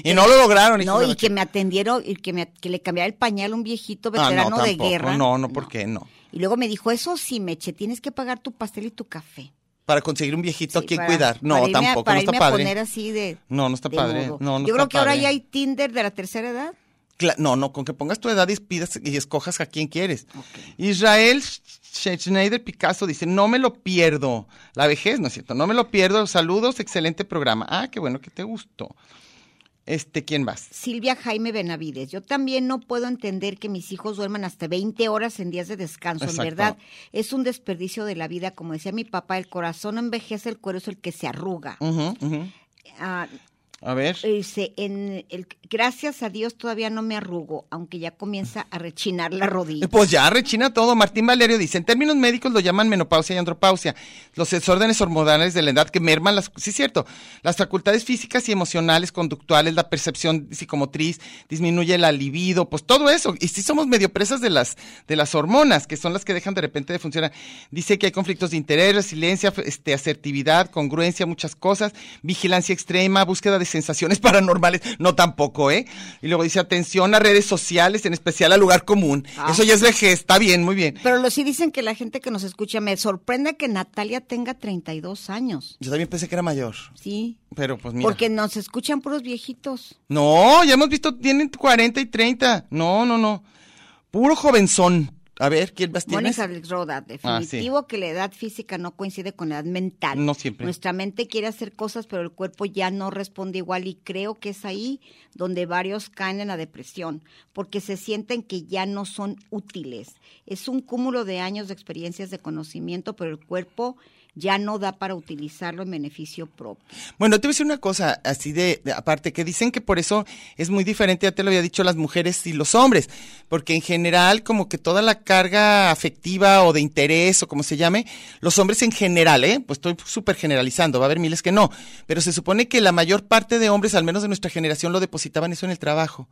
Speaker 4: y no lo lograron. hijo
Speaker 5: No,
Speaker 4: de
Speaker 5: y
Speaker 4: la
Speaker 5: que
Speaker 4: ch-
Speaker 5: me atendieron, y que, me, que le cambiara el pañal a un viejito
Speaker 4: Ah,
Speaker 5: veterano
Speaker 4: no,
Speaker 5: de
Speaker 4: tampoco.
Speaker 5: guerra.
Speaker 4: No, no, ¿por qué no?
Speaker 5: Y luego me dijo, eso sí, Meche, tienes que pagar tu pastel y tu café.
Speaker 4: Para conseguir un viejito
Speaker 5: Sí,
Speaker 4: a quien
Speaker 5: para-
Speaker 4: cuidar. No,
Speaker 5: para irme a-
Speaker 4: tampoco,
Speaker 5: para
Speaker 4: no está
Speaker 5: irme a
Speaker 4: padre.
Speaker 5: poner así de...
Speaker 4: No, no está
Speaker 5: de
Speaker 4: padre.
Speaker 5: modo.
Speaker 4: No, no
Speaker 5: Yo
Speaker 4: está
Speaker 5: creo que ahora
Speaker 4: padre.
Speaker 5: ya hay Tinder de la tercera edad.
Speaker 4: Cla- no, no, con que pongas tu edad y pidas y escojas a quién quieres. Israel Sch- Schneider Picasso dice, no me lo pierdo. La vejez, ¿no es cierto? No me lo pierdo. Saludos, excelente programa. Ah, qué bueno que te gustó. Este, ¿quién vas?
Speaker 5: Silvia Jaime Benavides, yo también no puedo entender que mis hijos duerman hasta 20 horas en días de descanso.
Speaker 4: Exacto.
Speaker 5: En verdad, es un desperdicio de la vida. Como decía mi papá, el corazón no envejece, el cuero es el que se arruga.
Speaker 4: Ujú, ujú.
Speaker 5: Ah,
Speaker 4: A ver.
Speaker 5: dice, en el, gracias a Dios todavía no me arrugo, aunque ya comienza a rechinar la rodilla.
Speaker 4: Pues ya, rechina todo. Martín Valerio dice, en términos médicos lo llaman menopausia y andropausia, los desórdenes hormonales de la edad que merman las, sí es cierto, las facultades físicas y emocionales, conductuales, la percepción psicomotriz, disminuye la libido, pues todo eso. Y sí somos medio presas de las, de las hormonas, que son las que dejan de repente de funcionar. Dice que hay conflictos de interés, resiliencia, f- este, asertividad, congruencia, muchas cosas, vigilancia extrema, búsqueda de sensaciones [laughs] paranormales, no tampoco, ¿eh? Y luego dice atención a redes sociales, en especial al lugar común. Eso ya es vejez, está bien, muy bien.
Speaker 5: Pero lo sí dicen que la gente que nos escucha, me sorprende que Natalia tenga 32 años.
Speaker 4: Yo también pensé que era mayor,
Speaker 5: Sí.
Speaker 4: pero pues mira.
Speaker 5: Porque nos escuchan puros viejitos.
Speaker 4: No, ya hemos visto, tienen 40 y 30. No, no, no. Puro jovenzón. A ver, ¿quién más tienes? Ah,
Speaker 5: Mónica Alex Roda, definitivo que la edad física no coincide con la edad mental.
Speaker 4: No siempre.
Speaker 5: Nuestra mente quiere hacer cosas, pero el cuerpo ya no responde igual y creo que es ahí donde varios caen en la depresión, porque se sienten que ya no son útiles. Es un cúmulo de años de experiencias de conocimiento, pero el cuerpo ya no da para utilizarlo en beneficio propio.
Speaker 4: Bueno, te voy a decir una cosa así de, de aparte, que dicen que por eso es muy diferente, ya te lo había dicho, las mujeres y los hombres, porque en general como que toda la carga afectiva o de interés o como se llame, los hombres en general, ¿eh? Pues estoy súper generalizando, va a haber miles que no, pero se supone que la mayor parte de hombres, al menos de nuestra generación, lo depositaban eso en el trabajo.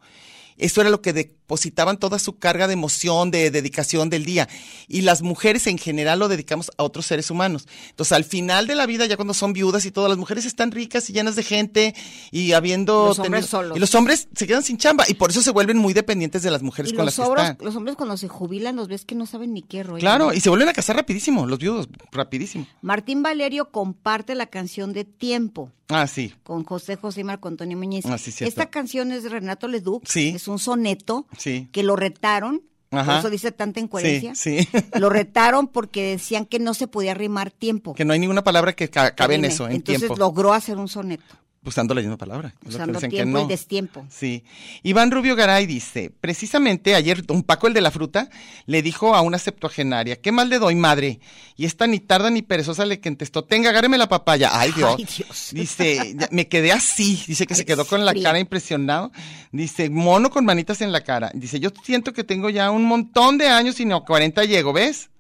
Speaker 4: Eso era lo que depositaban toda su carga de emoción, de dedicación del día. Y las mujeres en general lo dedicamos a otros seres humanos. Entonces, al final de la vida, ya cuando son viudas y todas, las mujeres están ricas y llenas de gente y habiendo.
Speaker 5: Los hombres solos.
Speaker 4: Y los hombres se quedan sin chamba y por eso se vuelven muy dependientes de las mujeres
Speaker 5: Y
Speaker 4: con
Speaker 5: los,
Speaker 4: las que
Speaker 5: obros-
Speaker 4: están.
Speaker 5: los hombres cuando se jubilan los ves que no saben ni qué rollo.
Speaker 4: Claro, y se vuelven a casar rapidísimo, los viudos, rapidísimo.
Speaker 5: Martín Valerio comparte la canción de Tiempo.
Speaker 4: Ah, sí.
Speaker 5: con José José y Marco Antonio Muñiz.
Speaker 4: Ah, sí, cierto.
Speaker 5: Esta canción es de Renato Leduc,
Speaker 4: Sí.
Speaker 5: es un soneto
Speaker 4: Sí.
Speaker 5: que lo retaron,
Speaker 4: Ajá.
Speaker 5: por eso dice tanta incoherencia.
Speaker 4: Sí, [laughs] sí.
Speaker 5: Lo retaron porque decían que no se podía rimar tiempo.
Speaker 4: Que no hay ninguna palabra que ca- cabe en
Speaker 5: Rime.
Speaker 4: eso, en
Speaker 5: Entonces
Speaker 4: tiempo.
Speaker 5: logró hacer un soneto,
Speaker 4: Usando la misma palabra. Es lo que
Speaker 5: usando
Speaker 4: dicen que
Speaker 5: tiempo y
Speaker 4: no.
Speaker 5: destiempo.
Speaker 4: Sí. Iván Rubio Garay dice, precisamente ayer don Paco el de la fruta le dijo a una septuagenaria, ¿qué mal le doy, madre? Y esta ni tarda ni perezosa le contestó, tenga, agárreme la papaya. Ay, Dios.
Speaker 5: Ay, Dios.
Speaker 4: Dice, ya- me quedé así. Dice que se
Speaker 5: Ay,
Speaker 4: quedó con la
Speaker 5: frío.
Speaker 4: cara impresionado. Dice, mono con manitas en la cara. Dice, yo siento que tengo ya un montón de años y no, 40 llego, ¿ves?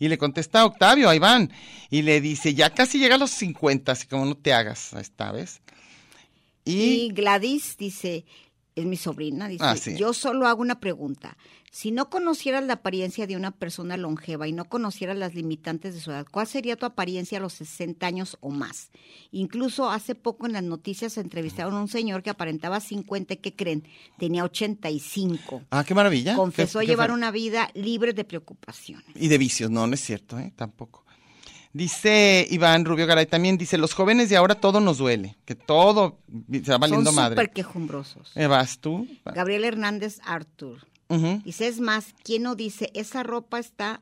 Speaker 4: Y le contesta a Octavio, a Iván, y le dice, ya casi llega a los 50, así como no te hagas, esta vez.
Speaker 5: Y Gladys dice, es mi sobrina, dice,
Speaker 4: Ah, sí.
Speaker 5: yo solo hago una pregunta. Si no conocieras la apariencia de una persona longeva y no conocieras las limitantes de su edad, ¿cuál sería tu apariencia a los 60 años o más? Incluso hace poco en las noticias se entrevistaron a un señor que aparentaba 50, ¿qué creen? Tenía 85.
Speaker 4: Ah, qué maravilla.
Speaker 5: Confesó
Speaker 4: Qué- qué
Speaker 5: llevar
Speaker 4: fe-
Speaker 5: una vida libre de preocupaciones.
Speaker 4: Y de vicios, no, no es cierto, ¿eh? Tampoco. Dice Iván Rubio Garay también, dice, los jóvenes de ahora todo nos duele, que todo se va valiendo
Speaker 5: Son
Speaker 4: madre.
Speaker 5: súper quejumbrosos.
Speaker 4: Eh, ¿Vas tú?
Speaker 5: Gabriel Hernández Arthur.
Speaker 4: Ujú.
Speaker 5: Dice, es más, ¿quién no dice, esa ropa está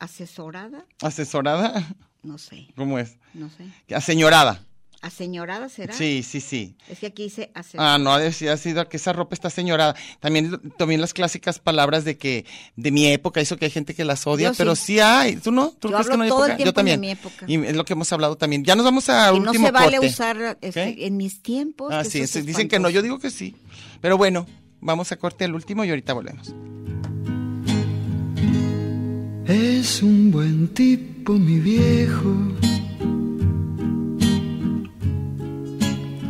Speaker 5: asesorada?
Speaker 4: ¿Asesorada? [laughs]
Speaker 5: No sé,
Speaker 4: ¿Cómo es?
Speaker 5: no sé.
Speaker 4: ¿Aseñorada?
Speaker 5: ¿Aseñorada será?
Speaker 4: Sí, sí, sí.
Speaker 5: Es que aquí dice aseñorada.
Speaker 4: Ah, no, ha de- sí, ha sido que esa ropa está señorada. También, también las clásicas palabras de que, de mi época, eso que hay gente que las odia,
Speaker 5: Yo sí.
Speaker 4: pero sí. hay. ¿Tú no? ¿Tú
Speaker 5: Yo
Speaker 4: crees que
Speaker 5: hablo
Speaker 4: no hay
Speaker 5: todo el
Speaker 4: época? Yo
Speaker 5: tiempo de
Speaker 4: también.
Speaker 5: mi época.
Speaker 4: Y es lo que hemos hablado también. Ya nos vamos a
Speaker 5: que no
Speaker 4: último
Speaker 5: se vale
Speaker 4: corte.
Speaker 5: usar este,
Speaker 4: ¿Qué?
Speaker 5: en mis tiempos.
Speaker 4: Ah,
Speaker 5: que
Speaker 4: sí,
Speaker 5: eso es
Speaker 4: sí, dicen que no,
Speaker 5: espantoso.
Speaker 4: yo digo que sí. Pero bueno, vamos a corte al último y ahorita volvemos.
Speaker 6: Es un buen tipo, mi viejo,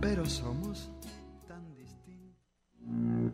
Speaker 6: Pero somos tan distintos.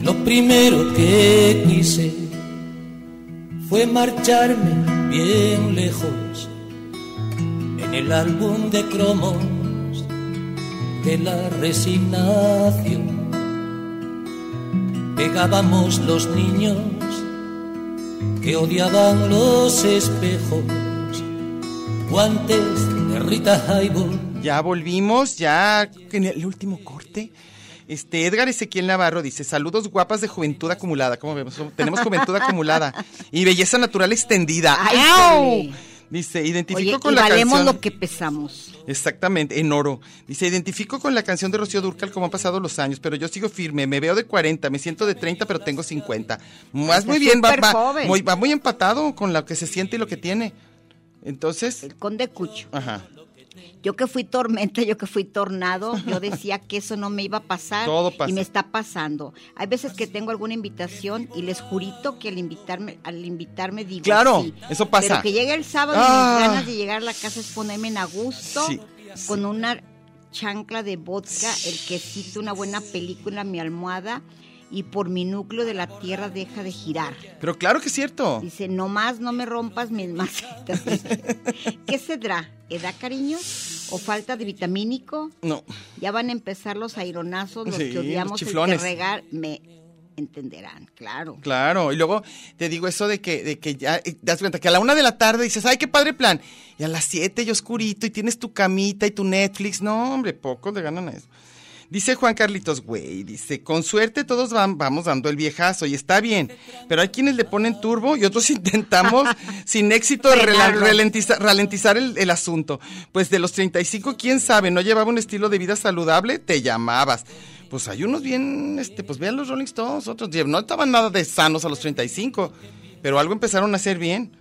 Speaker 10: Lo primero que quise fue marcharme bien lejos en el álbum de cromos de la resignación. Pegábamos los niños que odiaban los espejos, guantes de Rita Hayworth
Speaker 4: Ya volvimos, ya en el último corte. Este, Edgar Ezequiel Navarro dice, saludos guapas de juventud acumulada. Como vemos, tenemos
Speaker 5: [laughs]
Speaker 4: juventud acumulada y belleza natural extendida.
Speaker 5: Ay,
Speaker 4: ¡Au!
Speaker 5: Sole.
Speaker 4: Dice,
Speaker 5: Oye,
Speaker 4: identifico
Speaker 5: y
Speaker 4: con la
Speaker 5: valemos
Speaker 4: canción.
Speaker 5: lo que pesamos.
Speaker 4: Exactamente, en oro. Dice, identifico con la canción de Rocío Durcal como han pasado los años, pero yo sigo firme, me veo de 40, me siento de 30, pero tengo 50. Más muy bien, va,
Speaker 5: súper
Speaker 4: va-
Speaker 5: joven.
Speaker 4: muy, va muy empatado con lo que se siente y lo que tiene. Entonces,
Speaker 5: El conde Cucho.
Speaker 4: ajá,
Speaker 5: Yo que fui tormenta, yo que fui
Speaker 4: [laughs]
Speaker 5: tornado, yo decía que eso no me iba a pasar
Speaker 4: Todo pasa.
Speaker 5: y me está pasando. Hay veces que tengo alguna invitación y les jurito que al invitarme, al invitarme digo
Speaker 4: Claro,
Speaker 5: sí.
Speaker 4: eso pasa.
Speaker 5: Pero que llegue el sábado
Speaker 4: Ah.
Speaker 5: y mis ganas de llegar a la casa es ponerme en a gusto
Speaker 4: Sí,
Speaker 5: con una chancla de vodka, el quesito, una buena película, mi almohada y por mi núcleo de la tierra deja de girar.
Speaker 4: pero claro que es cierto.
Speaker 5: Dice, no más, no me rompas mis macetas. [laughs] ¿Qué cedrá? ¿Edad, cariño? ¿O falta de vitamínico?
Speaker 4: No,
Speaker 5: Ya van a empezar los aironazos, los
Speaker 4: Sí,
Speaker 5: que
Speaker 4: los
Speaker 5: odiamos el que
Speaker 4: chiflones.
Speaker 5: regar. Me entenderán, claro.
Speaker 4: claro. Y luego te digo eso de que, de que ya, eh, te das cuenta que a la una de la tarde dices, ay, qué padre plan. Y a las siete y oscurito y tienes tu camita y tu Netflix. No, hombre, pocos le ganan a eso. Dice Juan Carlitos, güey, dice, con suerte todos van, vamos dando el viejazo y está bien, pero hay quienes le ponen turbo y otros [laughs] intentamos sin éxito rela-
Speaker 5: Frenarlo.
Speaker 4: ralentiza- ralentizar el, el asunto. Pues de los 35, quién sabe, no llevaba un estilo de vida saludable, te llamabas. Pues hay unos bien, este, pues vean los Rolling Stones, otros no estaban nada de sanos a los 35, pero algo empezaron a hacer bien.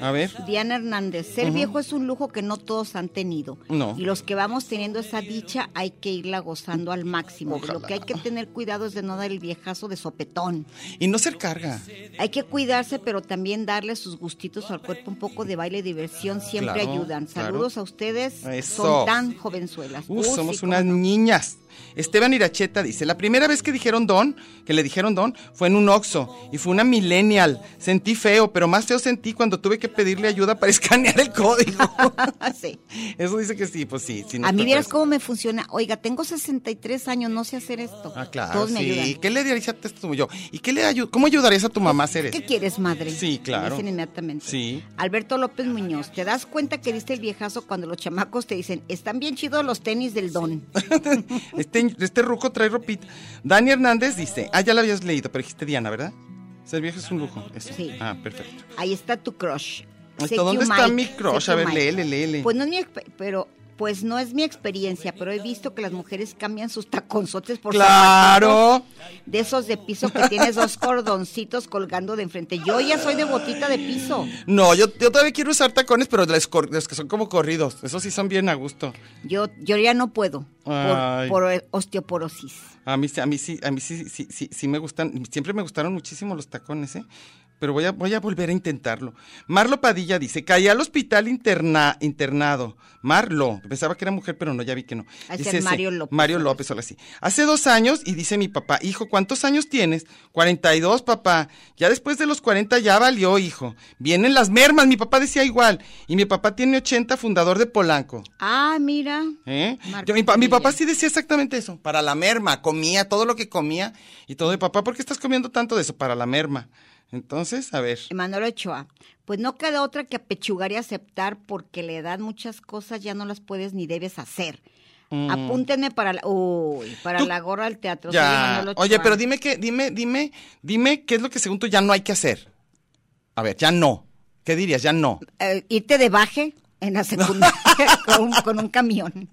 Speaker 4: A ver.
Speaker 5: Diana Hernández, ser viejo es un lujo que no todos han tenido.
Speaker 4: No.
Speaker 5: Y los que vamos teniendo esa dicha hay que irla gozando al máximo. Lo
Speaker 4: Ojalá.
Speaker 5: que hay que tener cuidado es de no dar el viejazo de sopetón.
Speaker 4: Y no ser carga.
Speaker 5: Hay que cuidarse, pero también darle sus gustitos al cuerpo, un poco de baile y diversión siempre
Speaker 4: Claro,
Speaker 5: ayudan.
Speaker 4: claro.
Speaker 5: Saludos a ustedes,
Speaker 4: Eso.
Speaker 5: son tan jovenzuelas.
Speaker 4: Uh,
Speaker 5: Uy,
Speaker 4: somos
Speaker 5: sí, cómo [laughs]
Speaker 4: unas
Speaker 5: no.
Speaker 4: niñas. Esteban Iracheta dice, la primera vez que dijeron don, que le dijeron don, fue en un Oxxo y fue una millennial. Sentí feo, pero más feo sentí cuando tuve que pedirle ayuda para [laughs] escanear el código.
Speaker 5: Ah, Sí.
Speaker 4: Eso dice que sí, pues sí. sí no
Speaker 5: A mí
Speaker 4: te
Speaker 5: vieras
Speaker 4: parece.
Speaker 5: cómo me funciona. Oiga, tengo 63 años, no sé hacer esto.
Speaker 4: Ah, claro,
Speaker 5: Todos me
Speaker 4: sí. ¿Y
Speaker 5: ayudan.
Speaker 4: qué le dirías a tu yo? ¿Y qué le ayu- cómo ayudarías a tu mamá a hacer eso?
Speaker 5: ¿Qué quieres, madre?
Speaker 4: Sí, claro.
Speaker 5: Me Dicen inmediatamente.
Speaker 4: Sí.
Speaker 5: Alberto López Muñoz, ¿te das cuenta que diste el viejazo cuando los chamacos te dicen, están bien chidos los tenis del don?
Speaker 4: Este, este ruco trae ropita. Dani Hernández dice, ah, ya la habías leído, pero dijiste Diana, ¿verdad? Ser viejo es un lujo. Eso.
Speaker 5: Sí.
Speaker 4: Ah, perfecto.
Speaker 5: Ahí está tu crush.
Speaker 4: Esto,
Speaker 5: CQ
Speaker 4: ¿dónde está
Speaker 5: Mike,
Speaker 4: mi crush?
Speaker 5: CQ
Speaker 4: A ver,
Speaker 5: Mike.
Speaker 4: léele, léele.
Speaker 5: Pues no es mi, exp- pero Pues no es mi experiencia, pero he visto que las mujeres cambian sus taconzotes por
Speaker 4: ¡Claro!
Speaker 5: zapatos de esos de piso que tienes dos cordoncitos colgando de enfrente. Yo ya soy de botita de piso.
Speaker 4: No, yo, yo todavía quiero usar tacones, pero los, cor- los que son como corridos. Esos sí son bien a gusto.
Speaker 5: Yo, yo ya no puedo por,
Speaker 4: Ay.
Speaker 5: por osteoporosis.
Speaker 4: A mí, sí- a mí sí, a mí sí, sí, sí, sí me gustan, siempre me gustaron muchísimo los tacones, ¿eh? Pero voy a, voy a volver a intentarlo. Marlo Padilla dice, caí al hospital interna, internado. Marlo, pensaba que era mujer, pero no, ya vi que no.
Speaker 5: Ha de
Speaker 4: Es
Speaker 5: ser
Speaker 4: ese,
Speaker 5: Mario López,
Speaker 4: Mario
Speaker 5: algo
Speaker 4: López, ahora sí. Hace dos años, y dice mi papá, hijo, ¿cuántos años tienes? 42, papá. Ya después de los 40 ya valió, hijo. Vienen las mermas, mi papá decía igual. Y mi papá tiene 80, fundador de Polanco.
Speaker 5: Ah, mira.
Speaker 4: ¿Eh?
Speaker 5: Marco
Speaker 4: Yo- mi, pa- mi
Speaker 5: Padilla.
Speaker 4: papá sí decía exactamente eso, para la merma, comía todo lo que comía y todo, y papá, ¿por qué estás comiendo tanto de eso? Para la merma. Entonces, a ver,
Speaker 5: Emanuel Ochoa, pues no queda otra que apechugar y aceptar porque la edad muchas cosas ya no las puedes ni debes hacer. Apúntenme para la, uy, para
Speaker 4: Mm. Tú-
Speaker 5: la gorra al teatro. soy
Speaker 4: ya,
Speaker 5: Emanuel Ochoa.
Speaker 4: oye, pero dime que, dime, dime, dime qué es lo que según tú ya no hay que hacer. A ver, ya no. ¿Qué dirías? Ya no.
Speaker 5: Eh, irte de baje en la
Speaker 4: [laughs]
Speaker 5: secundaria con, con un camión.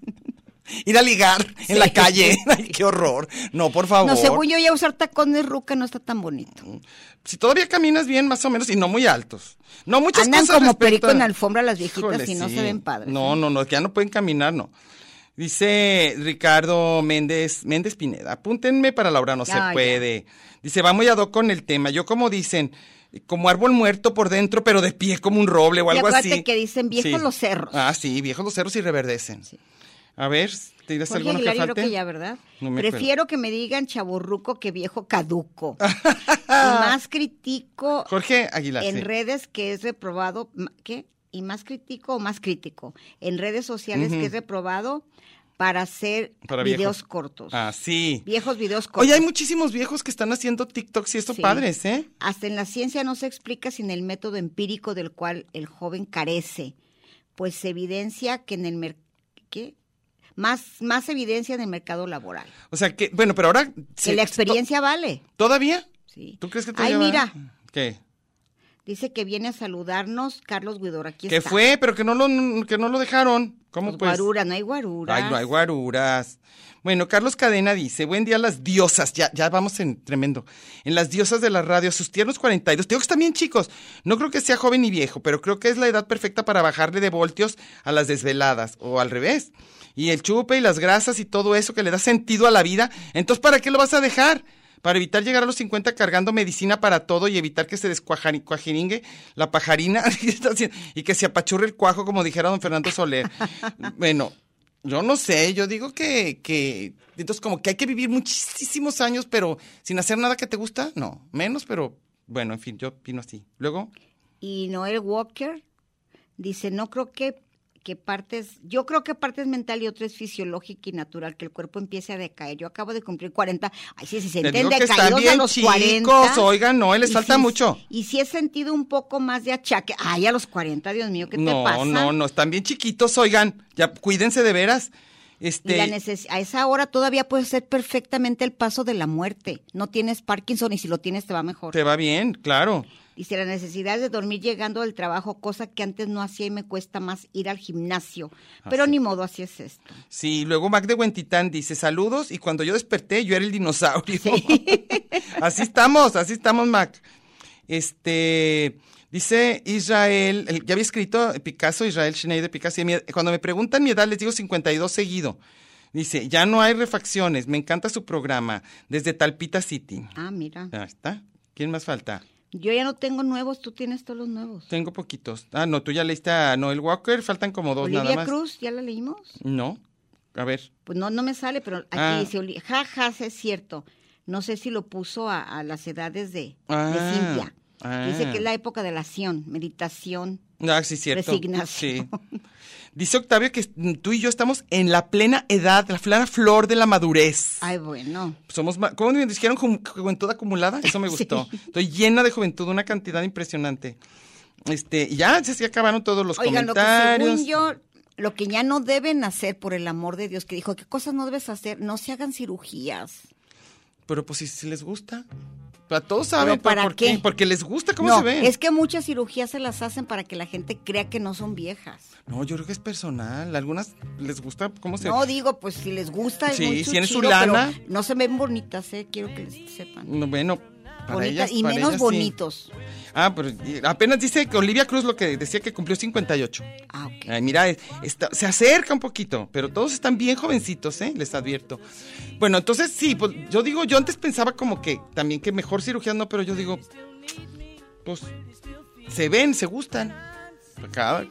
Speaker 4: Ir a ligar en
Speaker 5: [laughs]
Speaker 4: la calle. [laughs] Ay, qué horror. No, por favor.
Speaker 5: No, según yo ya usar tacones ruca no está tan bonito.
Speaker 4: Si todavía caminas bien, más o menos, y no muy altos. No muchas
Speaker 5: Andan
Speaker 4: cosas
Speaker 5: como
Speaker 4: respecto
Speaker 5: perico
Speaker 4: a-
Speaker 5: en alfombra las viejitas
Speaker 4: Híjole,
Speaker 5: y no
Speaker 4: sí.
Speaker 5: se ven padres. ¿eh?
Speaker 4: No, no, no, que ya no pueden caminar, no. Dice Ricardo Méndez, Méndez Pineda, apúntenme para Laura, no
Speaker 5: Ah, Ya, ya.
Speaker 4: se puede. Dice, va muy ad hoc con el tema. Yo como dicen, como árbol muerto por dentro, pero de pie como un roble o
Speaker 5: Y
Speaker 4: algo
Speaker 5: acuérdate
Speaker 4: así.
Speaker 5: que dicen, "Viejos los cerros".
Speaker 4: Ah, sí, viejos los cerros y reverdecen. A ver, ¿te dirás
Speaker 5: Jorge
Speaker 4: alguno
Speaker 5: Aguilar,
Speaker 4: que
Speaker 5: yo creo
Speaker 4: falte?
Speaker 5: que ya, ¿verdad?
Speaker 4: No me
Speaker 5: Prefiero que me digan chaborruco que viejo
Speaker 4: [laughs]
Speaker 5: caduco. y más critico
Speaker 4: Jorge Aguilar,
Speaker 5: en
Speaker 4: sí.
Speaker 5: redes que es reprobado, ma- ¿qué? Y más crítico o más crítico. En redes sociales que es reprobado para hacer
Speaker 4: Para
Speaker 5: videos
Speaker 4: viejos.
Speaker 5: cortos.
Speaker 4: Ah, sí.
Speaker 5: Viejos videos cortos.
Speaker 4: Oye, hay muchísimos viejos que están haciendo TikToks y esto
Speaker 5: Sí.
Speaker 4: padres, ¿eh?
Speaker 5: Hasta en la ciencia no se explica sin el método empírico del cual el joven carece, pues se evidencia que en el mer- ¿qué? Más, más evidencia en el mercado laboral.
Speaker 4: O sea, que, bueno, pero ahora...
Speaker 5: que la
Speaker 4: sí,
Speaker 5: experiencia vale.
Speaker 4: to- ¿Todavía?
Speaker 5: Sí.
Speaker 4: ¿Tú crees que
Speaker 5: Ay,
Speaker 4: todavía va?
Speaker 5: mira,
Speaker 4: ¿Qué?
Speaker 5: dice que viene a saludarnos Carlos Guidor. Aquí
Speaker 4: Que
Speaker 5: está.
Speaker 4: fue, pero que no lo, que no lo dejaron. ¿Cómo
Speaker 5: Pues,
Speaker 4: pues?
Speaker 5: Guarura, no hay guarura.
Speaker 4: Ay, no hay guaruras. Bueno, Carlos Cadena dice, buen día a las diosas, ya, ya vamos en tremendo, en las diosas de la radio, sus tiernos 42, te digo que están bien chicos, no creo que sea joven ni viejo, pero creo que es la edad perfecta para bajarle de voltios a las desveladas, o al revés, y el chupe y las grasas y todo eso que le da sentido a la vida, entonces ¿para qué lo vas a dejar? Para evitar llegar a los 50 cargando medicina para todo y evitar que se descuajeringue la pajarina [laughs] y que se apachurre el cuajo, como dijera don Fernando Soler. Bueno, yo no sé, yo digo que, que, entonces como que hay que vivir muchísimos años, pero sin hacer nada que te gusta, no, menos, pero bueno, en fin, yo opino así. Luego,
Speaker 5: Y Noel Walker dice, no creo que, que partes, yo creo que parte es mental y otra es fisiológica y natural, que el cuerpo empiece a decaer. Yo acabo de cumplir 40, ay, sí, sí, se
Speaker 4: Te digo
Speaker 5: entiende,
Speaker 4: que están
Speaker 5: caídos a
Speaker 4: bien
Speaker 5: los
Speaker 4: chicos,
Speaker 5: 40.
Speaker 4: oigan, no, les
Speaker 5: Y
Speaker 4: falta
Speaker 5: sí-
Speaker 4: mucho.
Speaker 5: Y sí he sentido un poco más de achaque. Ay, a los 40, Dios mío, ¿qué te
Speaker 4: no,
Speaker 5: pasa?
Speaker 4: no, no, están bien chiquitos, oigan, ya cuídense de veras.
Speaker 5: Y la
Speaker 4: Este,
Speaker 5: neces- a esa hora todavía puedes ser perfectamente el paso de la muerte. No tienes Parkinson y si lo tienes te va mejor.
Speaker 4: te va bien, claro.
Speaker 5: Dice la necesidad de dormir llegando del trabajo, cosa que antes no hacía y me cuesta más ir al gimnasio. Pero ni modo, así es esto.
Speaker 4: Sí, luego Mac de Huentitán dice saludos y cuando yo desperté yo era el dinosaurio. [laughs] así estamos, así estamos Mac. Este, dice Israel, el- ya había escrito Picasso, Israel Schneider Picasso, y mi- cuando me preguntan mi edad les digo 52 seguido. Dice, ya no hay refacciones, me encanta su programa, desde Talpita City.
Speaker 5: Ah, mira.
Speaker 4: Ahí está. ¿Quién más falta?
Speaker 5: Yo ya no tengo nuevos, tú tienes todos los nuevos.
Speaker 4: Tengo poquitos. Ah, no, tú ya leíste a Noel Walker, faltan como dos nada
Speaker 5: Olivia
Speaker 4: más.
Speaker 5: Cruz, ¿ya la leímos?
Speaker 4: No, a ver.
Speaker 5: Pues no, no me sale, pero aquí
Speaker 4: Ah.
Speaker 5: dice, Oli- ja, ja, sí es cierto. No sé si lo puso a, a las edades de, de
Speaker 4: Ah,
Speaker 5: Cintia.
Speaker 4: ah.
Speaker 5: Dice que es la época de la acción, meditación.
Speaker 4: Ah, sí, cierto.
Speaker 5: Resignación.
Speaker 4: Sí. Dice Octavio que mm, tú y yo estamos en la plena edad, la plena flor de la madurez.
Speaker 5: Ay, bueno.
Speaker 4: Somos, ma- ¿cómo me dijeron Ju- juventud acumulada?
Speaker 5: [laughs]
Speaker 4: Eso me gustó. Estoy llena de juventud, una cantidad impresionante. Este, y ya se acabaron todos los
Speaker 5: Oigan, lo que
Speaker 4: comentarios.
Speaker 5: según yo, lo que ya no deben hacer, por el amor de Dios, que dijo, ¿qué cosas no debes hacer? No se hagan cirugías.
Speaker 4: Pero pues si, si les gusta. Pero todos saben
Speaker 5: Pero ¿para
Speaker 4: por qué?
Speaker 5: qué?
Speaker 4: Porque les gusta cómo
Speaker 5: No,
Speaker 4: se ven.
Speaker 5: es que muchas cirugías se las hacen para que la gente crea que no son viejas.
Speaker 4: No, yo creo que es personal. Algunas les gusta cómo se
Speaker 5: No, digo, pues si les gusta. es
Speaker 4: Sí,
Speaker 5: muy
Speaker 4: si tienen su
Speaker 5: chido, pero
Speaker 4: lana.
Speaker 5: No se ven bonitas, eh, quiero que les sepan.
Speaker 4: No, bueno, para
Speaker 5: Bonitas
Speaker 4: ellas.
Speaker 5: y
Speaker 4: para
Speaker 5: menos
Speaker 4: ellas sí.
Speaker 5: bonitos.
Speaker 4: Ah, pero y- apenas dice que Olivia Cruz lo que decía que cumplió 58.
Speaker 5: Ah, ok.
Speaker 4: Ay, mira, es- está- se acerca un poquito, pero todos están bien jovencitos, ¿eh? Les advierto. Bueno, entonces sí, pues, yo digo, yo antes pensaba como que también que mejor cirugía no, pero yo digo, pues se ven, se gustan. Acá,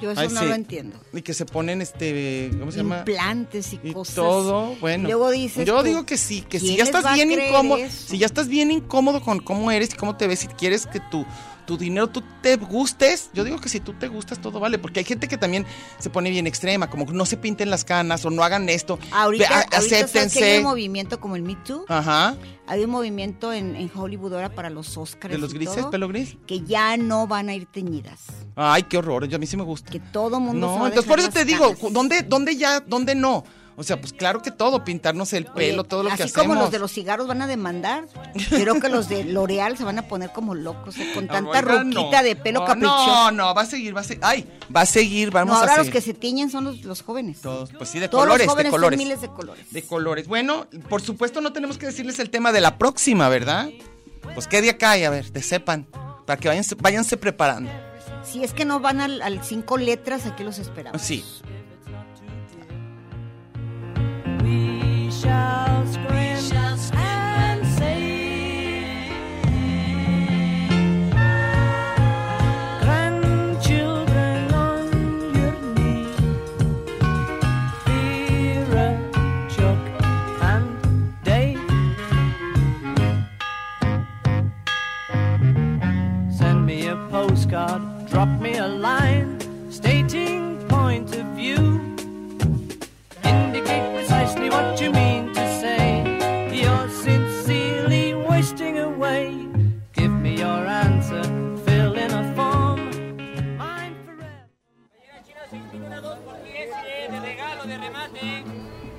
Speaker 5: Yo eso
Speaker 4: Ay,
Speaker 5: no
Speaker 4: sí.
Speaker 5: lo entiendo.
Speaker 4: y que se ponen este, ¿cómo se llama?
Speaker 5: Implantes y,
Speaker 4: y
Speaker 5: cosas.
Speaker 4: todo, bueno.
Speaker 5: Luego dices
Speaker 4: Yo
Speaker 5: tú,
Speaker 4: digo que sí, que si
Speaker 5: ¿quién
Speaker 4: ya
Speaker 5: les va
Speaker 4: estás
Speaker 5: a
Speaker 4: bien
Speaker 5: creer
Speaker 4: incómodo,
Speaker 5: eso?
Speaker 4: si ya estás bien incómodo con cómo eres y cómo te ves y quieres que tu tu dinero tú te gustes, yo digo que si tú te gustas todo vale, porque hay gente que también se pone bien extrema, como que no se pinten las canas o no hagan esto.
Speaker 5: Ahorita,
Speaker 4: Ve- a-
Speaker 5: ahorita ¿sabes que hay
Speaker 4: Ah, acéptense. Ah.
Speaker 5: un movimiento como el Me Too.
Speaker 4: Ajá.
Speaker 5: Hay un movimiento en, en Hollywood ahora para los Oscars.
Speaker 4: De los
Speaker 5: y
Speaker 4: grises,
Speaker 5: todo,
Speaker 4: pelo gris.
Speaker 5: Que ya no van a ir teñidas.
Speaker 4: Ay, qué horror, yo a mí sí me gusta.
Speaker 5: Que todo mundo se va
Speaker 4: No,
Speaker 5: a
Speaker 4: entonces por eso
Speaker 5: dejar
Speaker 4: te
Speaker 5: las
Speaker 4: digo,
Speaker 5: canas.
Speaker 4: ¿dónde dónde ya, dónde no? O sea, pues claro que todo, pintarnos el
Speaker 5: Oye,
Speaker 4: pelo, todo lo que
Speaker 5: así
Speaker 4: hacemos.
Speaker 5: como los de los cigarros van a demandar, creo que los de L'Oreal se van a poner como locos, eh, con tanta
Speaker 4: Ahorita no. Oh,
Speaker 5: ruquita de pelo
Speaker 4: No,
Speaker 5: caprichoso.
Speaker 4: No, no, va a seguir, va a seguir. Ay, va a seguir,
Speaker 5: No,
Speaker 4: vamos a
Speaker 5: ahora los
Speaker 4: seguir.
Speaker 5: que se tiñen son los, los jóvenes.
Speaker 4: Todos, pues sí, de
Speaker 5: Todos
Speaker 4: colores,
Speaker 5: los jóvenes
Speaker 4: de colores.
Speaker 5: son miles de colores.
Speaker 4: De colores. Bueno, por supuesto no tenemos que decirles el tema de la próxima, ¿verdad? Pues qué día cae, a ver, te sepan, para que váyanse, váyanse preparando.
Speaker 5: Si es que no van al, al cinco letras, aquí los esperamos.
Speaker 4: Sí.
Speaker 3: We shall scream and sing. Grandchildren on your knees, Vera, Chuck, and Dave. Send me a postcard, drop me a line, stating point of view. Indicate precisely what you mean to say. You're sincerely wasting away. Give me your answer, fill in a form. Mine forever.